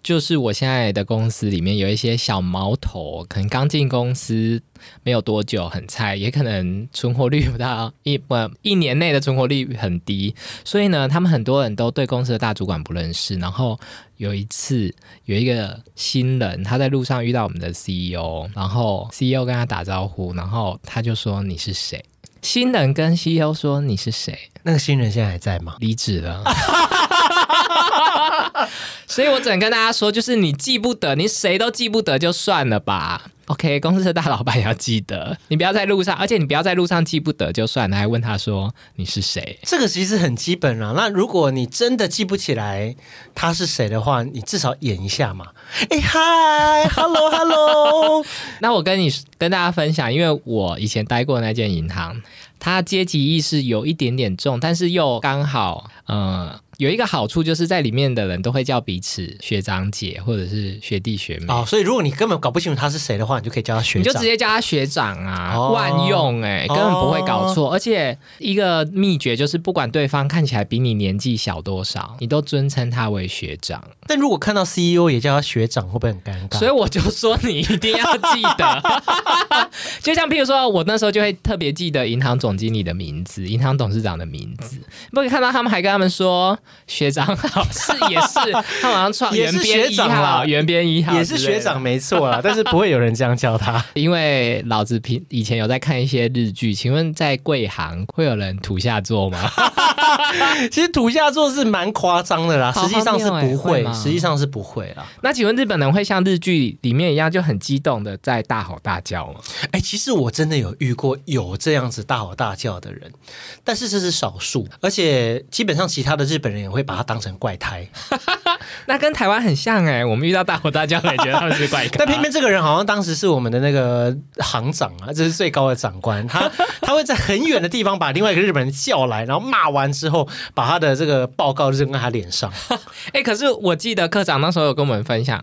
Speaker 2: 就是我现在的公司里面有一些小毛头，可能刚进公司没有多久，很菜，也可能存活率不到一 [LAUGHS] 不一年内的存活率很低，所以呢，他们很多人都对公司的大主管不认识。然后有一次有一个新人，他在路上遇到我们的 CEO，然后 CEO 跟他打招呼，然后他就说你是谁？新人跟 CEO 说你是谁？
Speaker 3: 那个新人现在还在吗？
Speaker 2: 离职了。 [LAUGHS] 所以我只能跟大家说，就是你记不得，你谁都记不得就算了吧。OK，公司的大老板也要记得，你不要在路上，而且你不要在路上记不得就算了，还问他说你是谁。
Speaker 3: 这个其实很基本啦。那如果你真的记不起来他是谁的话，你至少演一下嘛。哎嗨，hello
Speaker 2: [LAUGHS]
Speaker 3: hello，
Speaker 2: 那我跟你跟大家分享，因为我以前待过那间银行，它阶级意识有一点点重，但是又刚好，呃，有一个好处就是在里面的人都会叫彼此学长姐或者是学弟学妹。
Speaker 3: 哦，所以如果你根本搞不清楚他是谁的话，你就可以叫他学
Speaker 2: 你就
Speaker 3: 长
Speaker 2: 直。接叫他学长啊，
Speaker 3: 哦
Speaker 2: 万用哎、根本不会搞错。而且一个秘诀就是，不管对方看起来比你年纪小多少，你都尊称他为学长。
Speaker 3: 但如果看到 CEO 也叫他学长，会不会很尴尬？
Speaker 2: 所以我就说你一定要记得， [LAUGHS] 就像譬如说，我那时候就会特别记得银行总经理的名字、银行董事长的名字。不过看到他们还跟他们说学长好，是也是，他们好像创
Speaker 3: 也
Speaker 2: 原
Speaker 3: 是
Speaker 2: 编
Speaker 3: 学
Speaker 2: 一
Speaker 3: 长
Speaker 2: 号，
Speaker 3: 啦
Speaker 2: 原编一号
Speaker 3: 也是
Speaker 2: 之类
Speaker 3: 学
Speaker 2: 的
Speaker 3: 长没错啊
Speaker 2: [LAUGHS]
Speaker 3: 啦，但是不会有人这样叫他。 [LAUGHS]
Speaker 2: 因为老子平以前有在看一些日剧，请问在贵行会有人土下座 [LAUGHS] 吗？
Speaker 3: 其实土下座是蛮夸张的啦，
Speaker 2: 好
Speaker 3: 实际上是
Speaker 2: 荒谬欸
Speaker 3: 不
Speaker 2: 会
Speaker 3: 会，
Speaker 2: 吗
Speaker 3: 实际上是不会啦。
Speaker 2: 那请问日本人会像日剧里面一样就很激动的在大吼大叫吗？
Speaker 3: 哎、其实我真的有遇过有这样子大吼大叫的人，但是这是少数，而且基本上其他的日本人也会把他当成怪
Speaker 2: [LAUGHS]
Speaker 3: 胎。
Speaker 2: 那跟台湾很像哎、我们遇到大吼大叫的也觉得他们是怪咖。
Speaker 3: 但偏偏这个人好像当时是我们的那个行长啊，这是最高的长官，
Speaker 2: [LAUGHS]
Speaker 3: 他他会在很远的地方把另外一个日本人叫来，然后骂完之后，把他的这个报告扔在他脸上。
Speaker 2: [LAUGHS] 哎、可是我记得科长那时候有跟我们分享，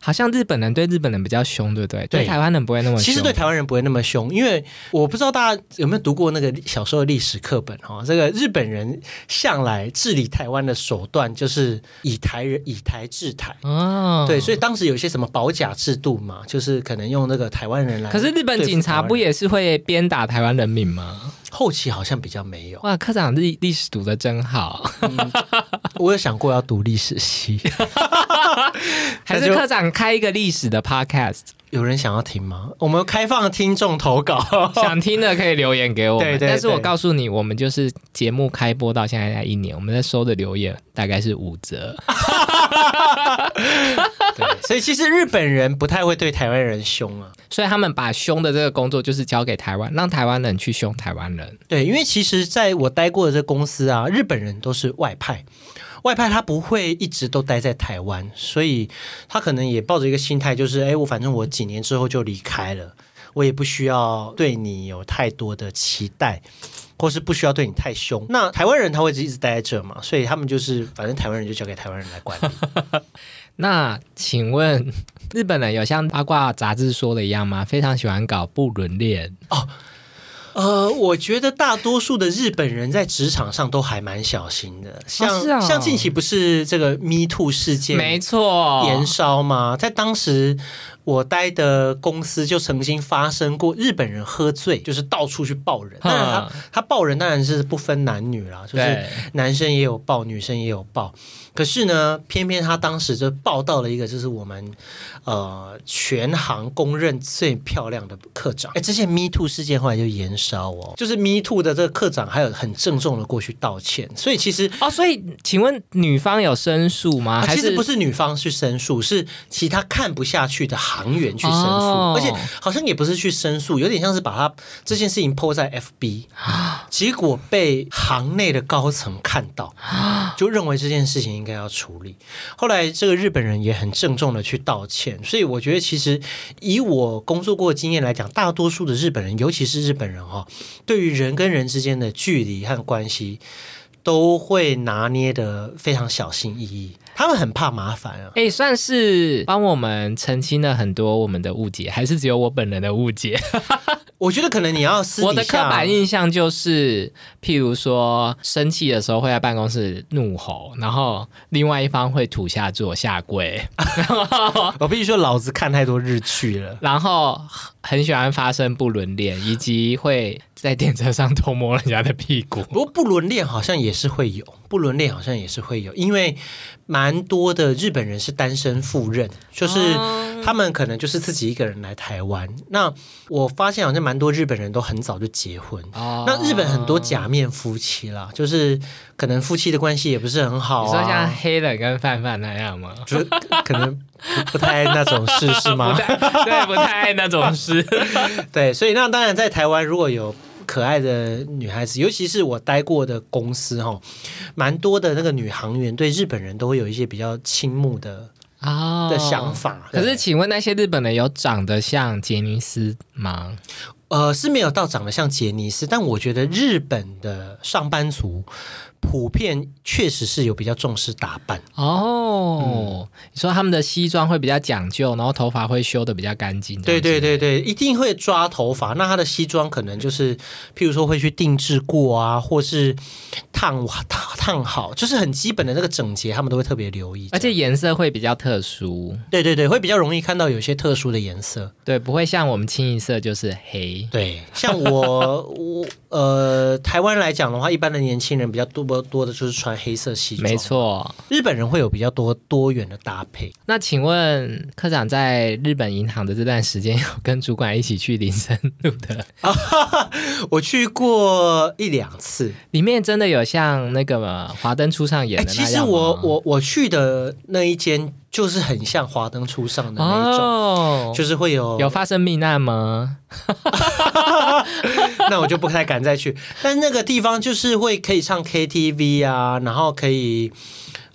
Speaker 2: 好像日本人对日本人比较凶，对不对？
Speaker 3: 对
Speaker 2: 对台湾人不会那么凶。
Speaker 3: 其实对台湾人不会那么凶，因为我不知道大家有没有读过那个小时候的历史课本哈、这个日本人向来治理台湾的手段就是以台人以台治台。
Speaker 2: 哦，
Speaker 3: 对，所以当时有一些什么保甲制度嘛，就是可能用那个台湾人来。
Speaker 2: 可是日本警察不也是会鞭打台湾人民吗？
Speaker 3: 后期好像比较没有。 [LAUGHS]
Speaker 2: 哇，科长历历史读的真 [LAUGHS] 好，
Speaker 3: 我有想过要读历史系， [LAUGHS]
Speaker 2: 还是
Speaker 3: 那就
Speaker 2: 科长开一个历史的 podcast？
Speaker 3: 有人想要听吗？我们开放听众投稿。
Speaker 2: [LAUGHS]
Speaker 3: [LAUGHS]
Speaker 2: 想听的可以留言给我们。
Speaker 3: 对对
Speaker 2: 但是我
Speaker 3: 对
Speaker 2: 告诉你，我们就是节目开播到现在才一年，我们在收的留言大概是五折。
Speaker 3: 对，所以其实日本人不太会对台湾人凶啊。
Speaker 2: 所以他们把凶的这个工作就是交给台湾，让台湾人去凶台湾人。
Speaker 3: 对，因为其实在我待过的这公司啊，日本人都是外派，外派他不会一直都待在台湾，所以他可能也抱着一个心态，就是哎，我反正我几年之后就离开了，我也不需要对你有太多的期待。或是不需要对你太凶，那台湾人他会一直待在这嘛，所以他们就是反正台湾人就交给台湾人来管理。
Speaker 2: 那请问日本人有像八卦杂志说的一样吗？非常喜欢搞不伦恋，
Speaker 3: [LAUGHS] 呃，我觉得大多数的日本人在职场上都还蛮小心的，像、
Speaker 2: 是哦
Speaker 3: 像近期不是这个 Me Too 事件
Speaker 2: 没错，
Speaker 3: 延烧吗？在当时，我待的公司就曾经发生过日本人喝醉，就是到处去抱人。
Speaker 2: 嗯
Speaker 3: 当然他他抱人当然是不分男女啦，就是
Speaker 2: 对
Speaker 3: 男生也有抱，女生也有抱。可是呢，偏偏他当时就抱到了一个，就是我们呃全行公认最漂亮的科长。哎，这些 Me Too 事件后来就延烧哦，就是 Me Too 的这个科长还有很郑重的过去道歉，所以其实
Speaker 2: 哦，所以请问女方有申诉吗？
Speaker 3: 啊，
Speaker 2: 还
Speaker 3: 其实
Speaker 2: 是
Speaker 3: 不是女方去申诉，是其他看不下去的行员去申诉，
Speaker 2: 哦
Speaker 3: 而且好像也不是去申诉，有点像是把他这件事情 PO 在 FB，结果被行内的高层看
Speaker 2: [GASPS]
Speaker 3: 到，就认为这件事情应该要处理。后来这个日本人也很郑重的去道歉，所以我觉得其实以我工作过的经验来讲，大多数的日本人，尤其是日本人哦，对于人跟人之间的距离和关系，都会拿捏的非常小心翼翼，他们很怕麻烦啊。
Speaker 2: 哎、算是帮我们澄清了很多我们的误解，还是只有我本人的误解？
Speaker 3: 我觉得可能你要私底下
Speaker 2: 我的刻板印象就是，譬如说生气的时候会在办公室怒吼，然后另外一方会土下座下跪，
Speaker 3: 我必须哦说，老子看太多日剧了。
Speaker 2: 然后很喜欢发生不伦恋，以及会在电车上偷摸人家的屁股。
Speaker 3: 不过不伦恋好像也是会有，不伦恋好像也是会有，因为蛮多的日本人是单身赴任，就是他们可能就是自己一个人来台湾。那我发现好像蛮多日本人都很早就结婚。
Speaker 2: 哦
Speaker 3: 那日本很多假面夫妻啦，就是可能夫妻的关系也不是很好
Speaker 2: 你说像
Speaker 3: 啊，
Speaker 2: 黑人跟范范那样吗？
Speaker 3: 就可能不不太那种事是吗？
Speaker 2: 不太对，不太爱那 [LAUGHS] 种事。
Speaker 3: 对，所以那当然在台湾如果有可爱的女孩子，尤其是我待过的公司哈，蛮多的那个女航员对日本人都会有一些比较倾慕的
Speaker 2: 哦
Speaker 3: 的想。法。
Speaker 2: 可
Speaker 3: 对
Speaker 2: 是，请问那些日本人有长得像杰尼斯吗？
Speaker 3: 呃是没有到长得像杰尼斯，但我觉得日本的上班族普遍确实是有比较重视打扮。嗯
Speaker 2: 哦，你说他们的西装会比较讲究，然后头发会修的比较干净。
Speaker 3: 对对
Speaker 2: 这样子，
Speaker 3: 对对，一定会抓头发。那他的西装可能就是，譬如说会去定制过啊，或是烫烫烫好，就是很基本的那个整洁，他们都会特别留意。
Speaker 2: 而且颜色会比较特殊，
Speaker 3: 对对对，会比较容易看到有些特殊的颜色。
Speaker 2: 对，不会像我们清一色就是黑。
Speaker 3: 对，像我我呃，台湾来讲的话，一般的年轻人比较多多的就是穿黑色西装，
Speaker 2: 没。错。
Speaker 3: 日本人会有比较多多元的搭配。
Speaker 2: 那请问科长在日本银行的这段时间，有跟主管一起去林森路的？ [LAUGHS]
Speaker 3: 我去过一两次，
Speaker 2: 里面真的有像那个吗华灯初上演
Speaker 3: 哎，
Speaker 2: 的那
Speaker 3: 其
Speaker 2: 样
Speaker 3: 实我
Speaker 2: 吗
Speaker 3: 我我去的那一间就是很像《华灯初上》的那一种。
Speaker 2: 哦，
Speaker 3: 就是会有
Speaker 2: 有发生命案吗？
Speaker 3: 那我就不太敢再去。但那个地方就是会可以唱 KTV 啊，然后可以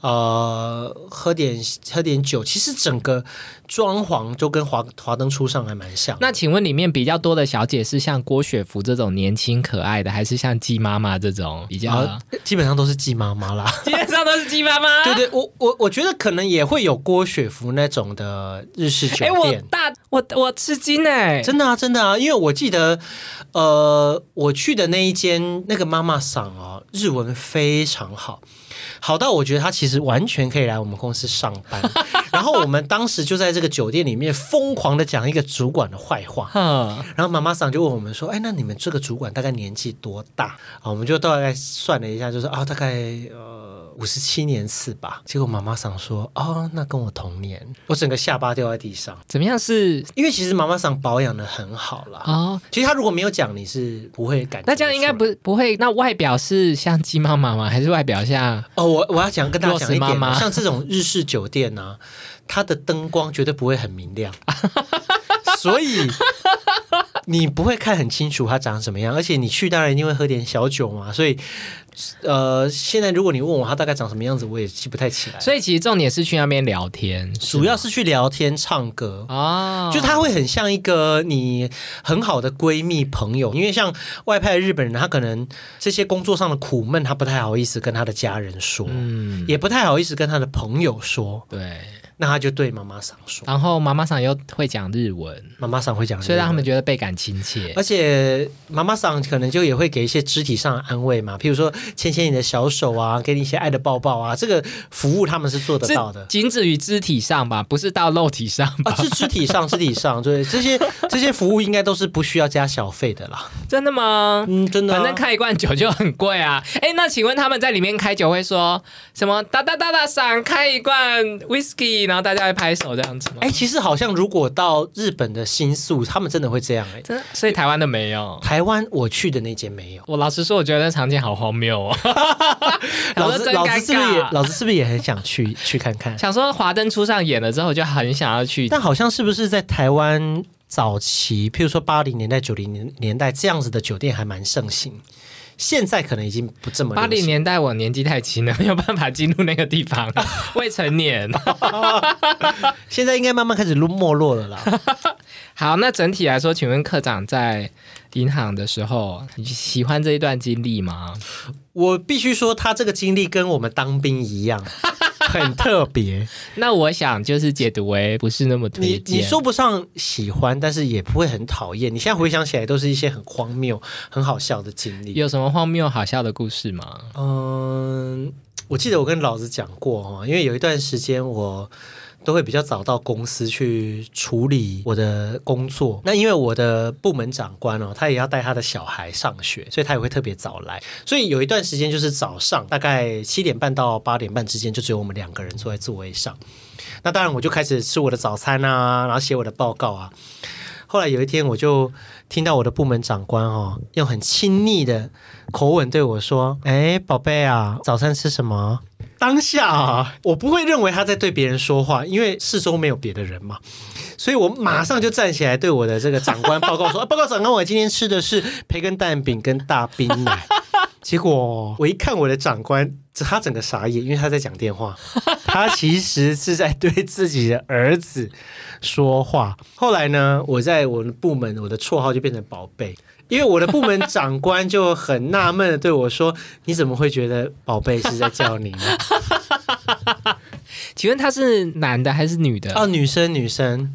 Speaker 3: 呃喝点喝点酒。其实整个装潢就跟华华灯初上还蛮像。
Speaker 2: 那请问里面比较多的小姐是像郭雪芙这种年轻可爱的，还是像季妈妈这种比较？ [LAUGHS]
Speaker 3: 啊，基本上都是季妈妈啦。
Speaker 2: 基本上都是季妈妈。
Speaker 3: [LAUGHS] 对对，我我我觉得可能也会有郭雪芙那种的日式酒
Speaker 2: 哎、我
Speaker 3: 店。
Speaker 2: 大我我吃惊哎、
Speaker 3: 真的啊，真的啊，因为我记得，呃，我去的那一间那个妈妈桑哦，日文非常好，好到我觉得她其实完全可以来我们公司上班。然后我们当时就在这个酒店里面疯狂的讲一个主管的坏话，
Speaker 2: 哼，
Speaker 3: 然后妈妈桑就问我们说：“哎，那你们这个主管大概年纪多大？”啊，我们就大概算了一下，就是啊，大概呃五十七年次吧。结果妈妈桑说：“哦，那跟我同年。”我整个下巴掉在地上，
Speaker 2: 怎么样是？
Speaker 3: 因为其实妈妈桑保养的很好啦。
Speaker 2: 哦，
Speaker 3: 其实他如果没有讲，你是不会感觉出来。
Speaker 2: 那这样应该不不会？那外表是像鸡妈妈吗？还是外表像？
Speaker 3: 哦，我我要讲跟大家讲一点
Speaker 2: 若
Speaker 3: 哦，
Speaker 2: 是妈妈
Speaker 3: 像这种日式酒店啊，它的灯光绝对不会很明
Speaker 2: [LAUGHS]
Speaker 3: 亮，所以你不会看很清楚它长什么样，而且你去当然一定会喝点小酒嘛，所以呃，现在如果你问我它大概长什么样子，我也记不太起来。
Speaker 2: 所以其实重点是去那边聊天，
Speaker 3: 主哎要是去聊天、唱歌，
Speaker 2: 哦，
Speaker 3: 就她会很像一个你很好的闺蜜朋友，因为像外派的日本人，他可能这些工作上的苦闷，他不太好意思跟他的家人说，
Speaker 2: 嗯，
Speaker 3: 也不太好意思跟他的朋友说。
Speaker 2: 对，
Speaker 3: 那他就对妈妈桑说，
Speaker 2: 然后妈妈桑又会讲日文，
Speaker 3: 妈妈桑会讲日文，
Speaker 2: 所以让他们觉得倍感亲切。
Speaker 3: 而且妈妈桑可能就也会给一些肢体上的安慰嘛，譬如说牵牵你的小手啊，给你一些爱的抱抱啊，这个服务他们是做得到的
Speaker 2: 这。仅止于肢体上吧，不是到肉体上
Speaker 3: [LAUGHS]
Speaker 2: 吧？
Speaker 3: 啊，是肢体上，肢体上，对这些这些服务应该都是不需要加小费的啦。
Speaker 2: 真的吗？
Speaker 3: 嗯，真的啊、
Speaker 2: 反正开一罐酒就很贵啊。 [LAUGHS] 哎，那请问他们在里面开酒会说什么？哒哒哒哒赏开一罐 whisky，然后大家会拍手这样子吗？
Speaker 3: 哎、其实好像如果到日本的新宿，他们真的会这样哎、
Speaker 2: 真的，所以台湾的没有。
Speaker 3: 台湾我去的那间
Speaker 2: [LAUGHS]
Speaker 3: 没有，
Speaker 2: 我老实说，我觉得那场景好荒谬 [LAUGHS] 哦。
Speaker 3: 老
Speaker 2: 想
Speaker 3: 子
Speaker 2: 说真
Speaker 3: 老
Speaker 2: 尴
Speaker 3: 子是不是也
Speaker 2: 尬
Speaker 3: 老子是不是也很想
Speaker 2: [LAUGHS]
Speaker 3: 去去看看？
Speaker 2: 想说《华灯初上》演了之后，我就很想要去。
Speaker 3: 但好像是不是在台湾早期，譬如说八零年代、九零年年代这样子的酒店还蛮盛行，现在可能已经不这么
Speaker 2: 八
Speaker 3: 流
Speaker 2: 零
Speaker 3: 行
Speaker 2: 年代我年纪太轻了，没有办法进入那个地方， [LAUGHS] 未成年。
Speaker 3: 现在应该慢慢开始落没落了
Speaker 2: [LAUGHS]
Speaker 3: 啦。
Speaker 2: 好，那整体来说，请问科长在银行的时候，你喜欢这一段经历吗？
Speaker 3: 我必须说，他这个经历跟我们当兵一
Speaker 2: [LAUGHS]
Speaker 3: 样，很特别。
Speaker 2: 那我想就是解读为不是那么推
Speaker 3: 你
Speaker 2: 荐。
Speaker 3: 你说不上喜欢，但是也不会很讨厌。你现在回想起来，都是一些很荒谬、很好笑的经历。
Speaker 2: 有什么荒谬好笑的故事吗？
Speaker 3: 嗯，我记得我跟老子讲过哈，因为有一段时间我都会比较早到公司去处理我的工作。那因为我的部门长官哦，他也要带他的小孩上学，所以他也会特别早来。所以有一段时间就是早上大概七点半到八点半之间，就只有我们两个人坐在座位上。那当然，我就开始吃我的早餐啊，然后写我的报告啊。后来有一天，我就听到我的部门长官哦，用很亲昵的口吻对我说：“哎，宝贝啊，早餐吃什么？”当下啊，我不会认为他在对别人说话，因为四周没有别的人嘛，所以我马上就站起来对我的这个长官报告说：“ [LAUGHS] 啊报告长官，我今天吃的是培根蛋饼跟大冰奶。” [LAUGHS] 结果我一看我的长官，他整个傻眼，因为他在讲电话，他其实是在对自己的儿子说话。后来呢，我在我的部门，我的绰号就变成宝贝。因为我的部门长官就很纳闷的对我说：“你怎么会觉得宝贝是在叫
Speaker 2: [LAUGHS]
Speaker 3: 你呢？”
Speaker 2: 请问他是男的还是女的？
Speaker 3: 啊，
Speaker 2: 哦
Speaker 3: 女生女生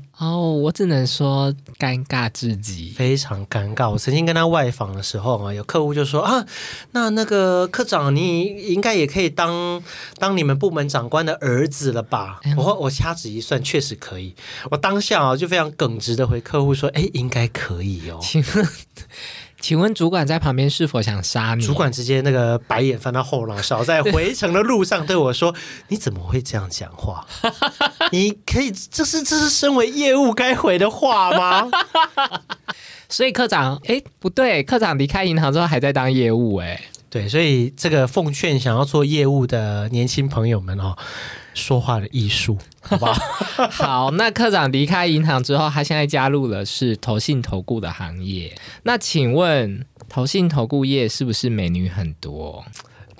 Speaker 2: 我只能说尴尬至极。
Speaker 3: 非常尴尬。我曾经跟他外访的时候啊，有客户就说啊，那那个科长，你应该也可以当当你们部门长官的儿子了吧
Speaker 2: 哎呀？
Speaker 3: 我我掐指一算，确实可以。我当下啊就非常耿直的回客户说，哎，应该可以哦。
Speaker 2: 请问，请问主管在旁边是否想杀你？
Speaker 3: 主管直接那个白眼翻到后脑勺，在回程的路上对我说：“你怎么会这样讲话？ [LAUGHS] 你可以，这是这是身为业务该回的话吗？”
Speaker 2: 所以科长，哎，不对，科长离开银行之后还在当业务，哎，
Speaker 3: [LAUGHS] 对，所以这个奉劝想要做业务的年轻朋友们哦，说话的艺术，好不 [LAUGHS] 好？
Speaker 2: 好，那科长离开银行之后，他现在加入了是投信投顾的行业。那请问投信投顾业是不是美女很多？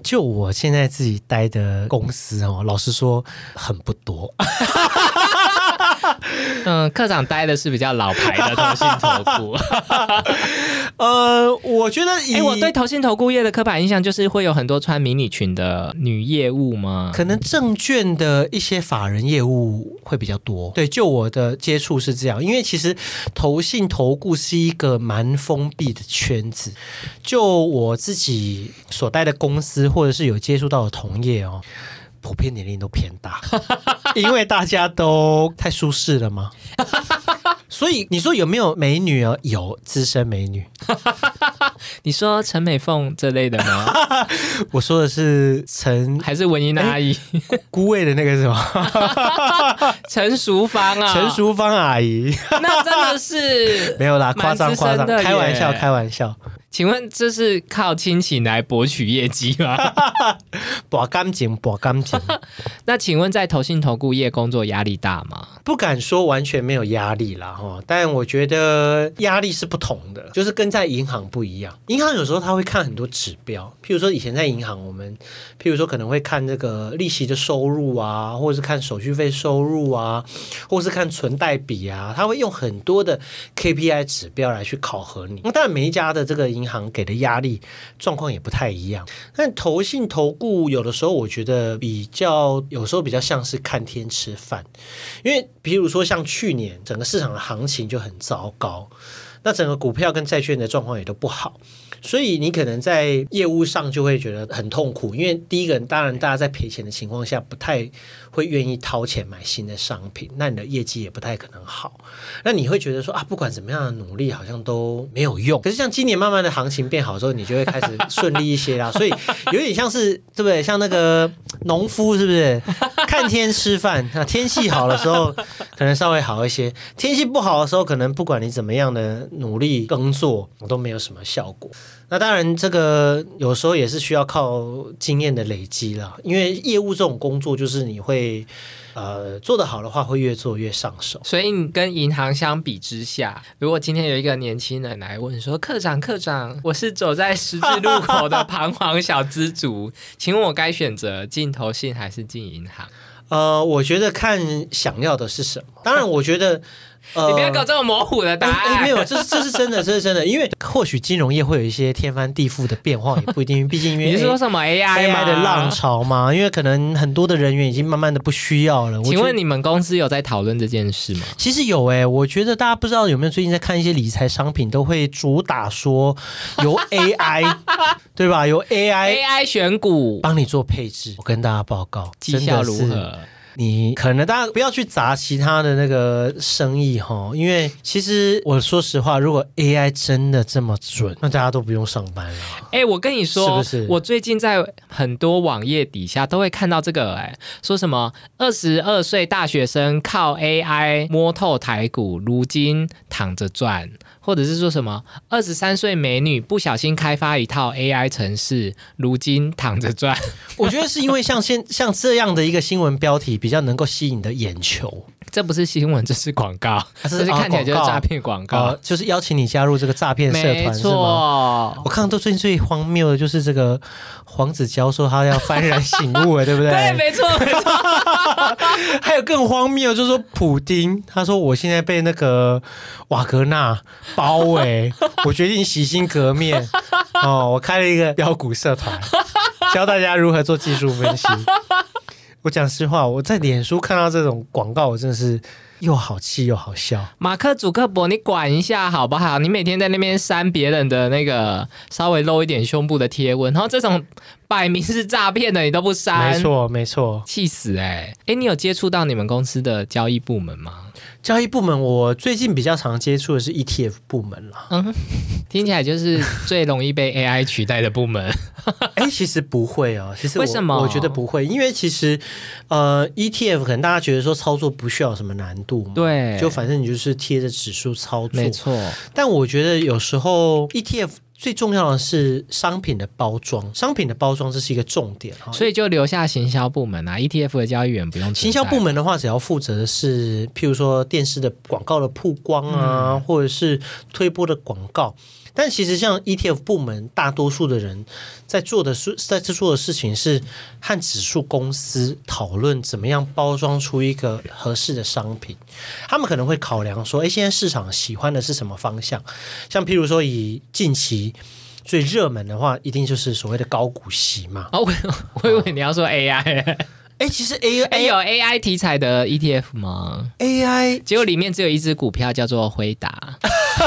Speaker 3: 就我现在自己待的公司哦，老实说很不多，
Speaker 2: 嗯，科长待的是比较老牌的投信投顾。
Speaker 3: 呃，我觉得以、
Speaker 2: 哎、我对投信投顾业的刻板印象就是会有很多穿迷你裙的女业务吗？
Speaker 3: 可能证券的一些法人业务会比较多。对，就我的接触是这样，因为其实投信投顾是一个蛮封闭的圈子。就我自己所待的公司，或者是有接触到的同业哦，普遍年龄都偏大，因为大家都太舒适了嘛。 [LAUGHS] 所以你说有没有美女啊？有资深美女，
Speaker 2: 你说陈美凤这类的
Speaker 3: [LAUGHS]
Speaker 2: 吗？
Speaker 3: 我说的是陈
Speaker 2: 还是文英阿姨、
Speaker 3: 姑位的那个什么
Speaker 2: 陈淑芳啊？
Speaker 3: 陈，淑芳阿姨。
Speaker 2: 那真的是
Speaker 3: 没有啦，夸
Speaker 2: 蛮
Speaker 3: 张
Speaker 2: 资
Speaker 3: 夸
Speaker 2: 深
Speaker 3: 张，
Speaker 2: 的
Speaker 3: 开玩笑
Speaker 2: 耶
Speaker 3: 开玩笑，
Speaker 2: 请问这是靠亲情来博取业绩
Speaker 3: [LAUGHS]
Speaker 2: 吗？
Speaker 3: 博感情博感情，
Speaker 2: 那请问在投信投顾业工作压力大吗？
Speaker 3: 不敢说完全没有压力啦哈，但我觉得压力是不同的，就是跟在银行不一样。银行有时候他会看很多指标，譬如说以前在银行，我们譬如说可能会看这个利息的收入啊，或者是看手续费收入啊，或是看存贷比啊，他会用很多的 KPI 指标来去考核你。那当然每一家的这个银银行给的压力状况也不太一样。但投信投顾有的时候我觉得比较，有时候比较像是看天吃饭，因为比如说像去年整个市场的行情就很糟糕，那整个股票跟债券的状况也都不好。所以你可能在业务上就会觉得很痛苦，因为第一个，当然大家在赔钱的情况下，不太会愿意掏钱买新的商品，那你的业绩也不太可能好。那你会觉得说啊，不管怎么样的努力，好像都没有用。可是像今年慢慢的行情变好之后，你就会开始顺利一些啦。所以有点像是对不对？像那个农夫是不是 [LAUGHS] 看天吃饭？那天气好的时
Speaker 2: [LAUGHS]
Speaker 3: 候可能稍微好一些，天气不好的时候，可能不管你怎么样的努力耕作，都没有什么效果。那当然，这个有时候也是需要靠经验的累积啦，因为业务这种工作就是你会，呃，做得好的话会越做越上手。
Speaker 2: 所以你跟银行相比之下，如果今天有一个年轻人来问说：“科长，科长，我是走在十字路
Speaker 3: [LAUGHS]
Speaker 2: 口的彷徨小资族，请问我该选择进投信还是进银行？”
Speaker 3: 呃，我觉得看想要的是什么。当然，我觉
Speaker 2: [LAUGHS]
Speaker 3: 得。
Speaker 2: 你不要搞这么模糊的答案。
Speaker 3: 呃哎哎、没有，这是这是真的，这是真的。因为或许金融业会有一些天翻地覆的变化，也不一定。毕竟因为
Speaker 2: [LAUGHS] 你是说什么 AI,
Speaker 3: AI 哎的浪潮嘛，因为可能很多的人员已经慢慢的不需要了。
Speaker 2: 请问你们公司有在讨论这件事吗？
Speaker 3: 其实有哎、欸，我觉得大家不知道有没有最近在看一些理财商品，都会主打说
Speaker 2: [LAUGHS]
Speaker 3: 由 AI 对吧？由 AI
Speaker 2: AI 选股
Speaker 3: 帮你做配置。我跟大家报告
Speaker 2: 绩效如何。
Speaker 3: 你可能大家不要去砸其他的那个生意哈，因为其实我说实话，如果 AI 真的这么准，那大家都不用上班了。
Speaker 2: 哎、欸，我跟你说，
Speaker 3: 是不是？
Speaker 2: 我最近在很多网页底下都会看到这个、欸，哎，说什么二十二岁大学生靠 AI 摸透台股，如今躺着赚。或者是说什么二十三岁美女不小心开发一套 AI 城市，如今躺着赚。
Speaker 3: 我觉得是因为像现像这样的一个新闻标题比较能够吸引你的眼球。
Speaker 2: 这不是新闻，这是广告，啊、这是看起来就是诈骗广告、啊
Speaker 3: 啊，就是邀请你加入这个诈骗社团是吗？我看到最近最荒谬的就是这个黄子佼说他要幡然醒悟了， [LAUGHS] 对不对？
Speaker 2: 对，没错 [LAUGHS] 没错。
Speaker 3: 还有更荒谬，就是说普丁，他说我现在被那个瓦格纳。包围，我决定洗心革面哦！我开了一个标股社团，教大家如何做技术分析。我讲实话，我在脸书看到这种广告，我真的是又好气又好笑。
Speaker 2: 马克·祖克伯，你管一下好不好？你每天在那边删别人的那个稍微露一点胸部的贴文，然后这种摆明是诈骗的，你都不删，
Speaker 3: 没错没错，
Speaker 2: 气死哎、欸！哎、欸，你有接触到你们公司的交易部门吗？
Speaker 3: 交易部门，我最近比较常接触的是 ETF 部门
Speaker 2: [LAUGHS]
Speaker 3: 了。
Speaker 2: 嗯，听起来就是最容易被 AI 取代的部门。
Speaker 3: 哎欸，其实不会哦、啊，其实
Speaker 2: 为什么？
Speaker 3: 我觉得不会，因为其实呃，ETF 可能大家觉得说操作不需要什么难度嘛，
Speaker 2: [LAUGHS] 对，
Speaker 3: 就反正你就是贴着指数操作，
Speaker 2: 没错。
Speaker 3: 但我觉得有时候 ETF。最重要的是商品的包装，商品的包装这是一个重点，哦
Speaker 2: 所以就留下行销部门啊，ETF 的交易员不用。
Speaker 3: 行销部门的话，只要负责的是，譬如说电视的广告的曝光啊，嗯、或者是推播的广告。但其实像 ETF 部门，大多数的人在做的事，在制作的事情是和指数公司讨论怎么样包装出一个合适的商品。他们可能会考量说，哎，现在市场喜欢的是什么方向？像譬如说，以近期。最热门的话，一定就是所谓的高股息嘛。
Speaker 2: 哦，我 [LAUGHS] 我以为你要说 AI，哎、
Speaker 3: 欸，其实 AI、欸、
Speaker 2: 有 AI 题材的 ETF 吗
Speaker 3: ？AI
Speaker 2: 结果里面只有一只股票叫做辉达。
Speaker 3: [LAUGHS]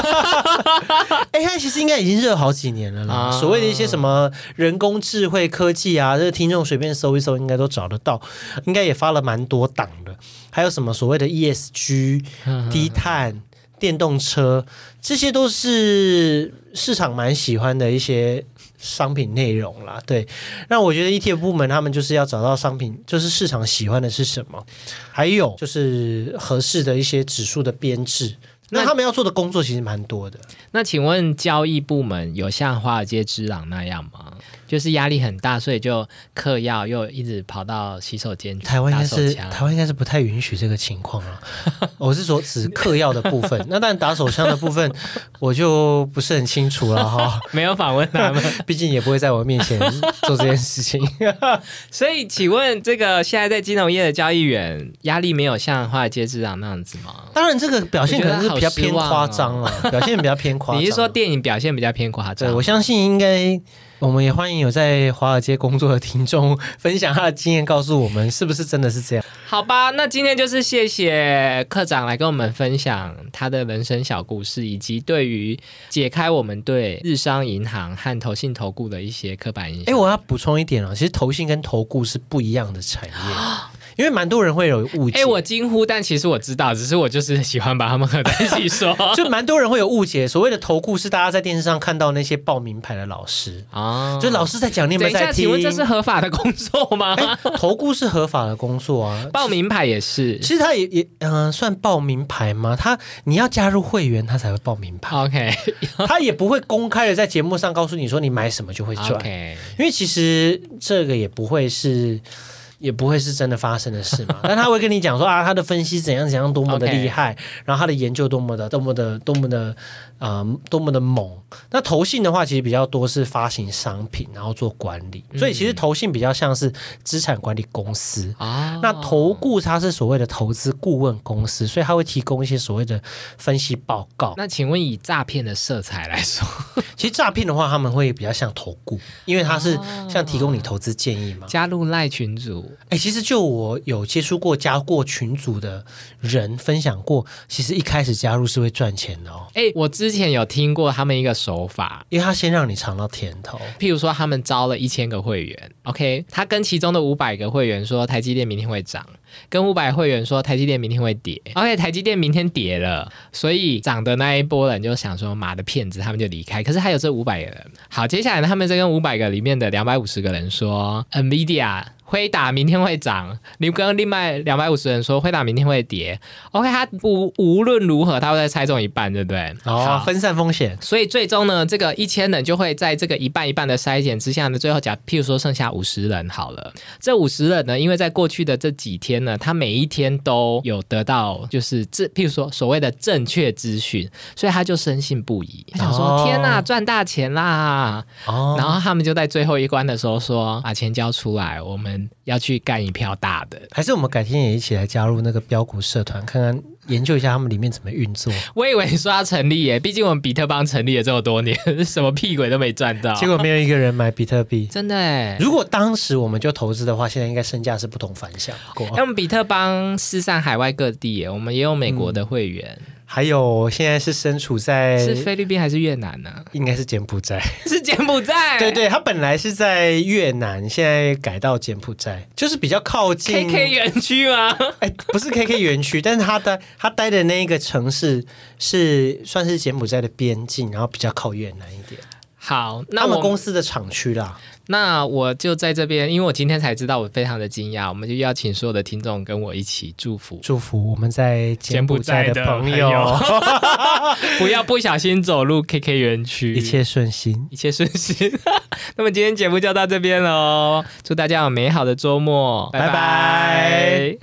Speaker 3: AI 哎其实应该已经热好几年了啦。啊、所谓的一些什么人工智慧科技啊，这个听众随便搜一搜，应该都找得到。应该也发了蛮多档的，还有什么所谓的 ESG、低碳、电动车，这些都是。市场蛮喜欢的一些商品内容啦，对。那我觉得 ETF 部门他们就是要找到商品，就是市场喜欢的是什么，还有就是合适的一些指数的编制。那他们要做的工作其实蛮多的。
Speaker 2: 那请问交易部门有像华尔街之狼那样吗？就是压力很大，所以就嗑药，又一直跑到洗手间。
Speaker 3: 台湾应该是台湾应该是不太允许这个情况了、啊。 [LAUGHS] 我是说只嗑药的部分，那但打手枪的部
Speaker 2: [LAUGHS]
Speaker 3: 分我就不是很清楚了哈。 [LAUGHS]
Speaker 2: 没有访问他们，
Speaker 3: 毕竟也不会在我面前做这件事
Speaker 2: [LAUGHS]
Speaker 3: 情。
Speaker 2: 所以，请问这个现在在金融业的交易员压力没有像华尔街之狼那样子吗？
Speaker 3: 当然，这个表现可能是。比较偏夸张啊，表现比较偏夸张。
Speaker 2: 你是说电影表现比较偏夸
Speaker 3: 对，
Speaker 2: 张？
Speaker 3: 我相信应该，我们也欢迎有在华尔街工作的听众分享他的经验，告诉我们是不是真的是这样。
Speaker 2: 好吧，那今天就是谢谢科长来跟我们分享他的人生小故事，以及对于解开我们对日商银行和投信投顾的一些刻板印
Speaker 3: 哎，
Speaker 2: 象。
Speaker 3: 我要补充一点哦，其实投信跟投顾是不一样的产
Speaker 2: [GASPS]
Speaker 3: 业，因为蛮多人会有误解。
Speaker 2: 哎、我惊呼，但其实我知道，只是我就是喜欢把他们合在一起 [LAUGHS] 说
Speaker 3: [LAUGHS] 就蛮多人会有误解，所谓的投顾是大家在电视上看到那些报名牌的老师，
Speaker 2: 啊。
Speaker 3: 就老师在讲，你有没
Speaker 2: 等
Speaker 3: 有
Speaker 2: 一
Speaker 3: 在
Speaker 2: 下，
Speaker 3: 听
Speaker 2: 请？问这是合法的工作 [LAUGHS] 吗？
Speaker 3: 哎，投顾是合法的工作啊，
Speaker 2: 报名牌也是
Speaker 3: 其实他也也嗯、呃算报名牌吗？他你要加入会员，他才会报名牌，
Speaker 2: ，OK
Speaker 3: 他也不会公开的在节目上告诉你说你买什么就会赚，
Speaker 2: OK，
Speaker 3: 因为其实这个也不会是。也不会是真的发生的事嘛，但他会跟你讲说啊，他的分析怎样怎样多么的
Speaker 2: OK
Speaker 3: 厉害然后他的研究多么的多么的多么的啊、呃多么的猛。那投信的话，其实比较多是发行商品，然后做管理，所以其实投信比较像是资产管理公司，
Speaker 2: 啊
Speaker 3: 那投顾它是所谓的投资顾问公司，所以它会提供一些所谓的分析报告。
Speaker 2: 那请问以诈骗的色彩来说， [LAUGHS]
Speaker 3: 其实诈骗的话，他们会比较像投顾，因为它是像提供你投资建议嘛。
Speaker 2: 加入赖群组
Speaker 3: 哎、其实就我有接触过加过群组的人分享过，其实一开始加入是会赚钱的哦，
Speaker 2: 哎、我之前有听过他们一个手法，
Speaker 3: 因为他先让你尝到甜头。
Speaker 2: 譬如说他们招了一千个会员，OK，他跟其中的五百个会员说台积电明天会涨，跟五百会员说台积电明天会跌，OK，台积电明天跌了，所以涨的那一波人就想说妈的骗子，他们就离开。可是还有这五百个人，好，接下来呢，他们再跟五百个里面的两百五十个人说，NVIDIA。辉达明天会涨，你跟另外两百五十人说辉达明天会跌，OK，他无无论如何他会再猜中一半，对不对？
Speaker 3: 哦
Speaker 2: 好，
Speaker 3: 分散风险，
Speaker 2: 所以最终呢，这个一千人就会在这个一半一半的筛选之下呢，最后假譬如说剩下五十人好了，这五十人呢，因为在过去的这几天呢，他每一天都有得到就是这譬如说所谓的正确资讯，所以他就深信不疑，他想说、
Speaker 3: 哦
Speaker 2: 天呐，赚大钱啦！
Speaker 3: 哦
Speaker 2: 然后他们就在最后一关的时候说，把钱交出来，我们要去干一票大的。
Speaker 3: 还是我们改天也一起来加入那个标股社团，看看研究一下他们里面怎么运作。
Speaker 2: 我以为你说要成立耶，毕竟我们比特邦成立了这么多年， [LAUGHS] 什么屁鬼都没赚到，
Speaker 3: 结果没有一个人买比特币，
Speaker 2: 真的哎。
Speaker 3: 如果当时我们就投资的话，现在应该身价是不同凡响。
Speaker 2: [LAUGHS] 哎、我们比特邦失散海外各地耶，我们也有美
Speaker 3: 嗯
Speaker 2: 国的会员，
Speaker 3: 还有现在是身处在
Speaker 2: 是菲律宾还是越南
Speaker 3: [LAUGHS]
Speaker 2: 呢、
Speaker 3: 应该是柬埔寨，
Speaker 2: 是柬埔寨？
Speaker 3: 对对，他本来是在越南，现在改到柬埔寨，就是比较靠近
Speaker 2: ，KK 园区吗？ [LAUGHS]
Speaker 3: 哎，不是 KK 园区，但是他待他待的那一个城市是算是柬埔寨的边境，然后比较靠越南一点。
Speaker 2: 好，那
Speaker 3: 他们
Speaker 2: 我
Speaker 3: 公司的厂区啦，
Speaker 2: 那我就在这边，因为我今天才知道，我非常的惊讶，我们就邀请所有的听众跟我一起祝福，
Speaker 3: 祝福我们在柬埔寨的朋
Speaker 2: 柬埔寨的
Speaker 3: 友 [LAUGHS]
Speaker 2: 不要不小心走入 KK 园区，
Speaker 3: [LAUGHS] 一切顺心。
Speaker 2: 一切顺心。 [LAUGHS] 那么今天节目就到这边喽，祝大家有美好的周末，
Speaker 3: 拜拜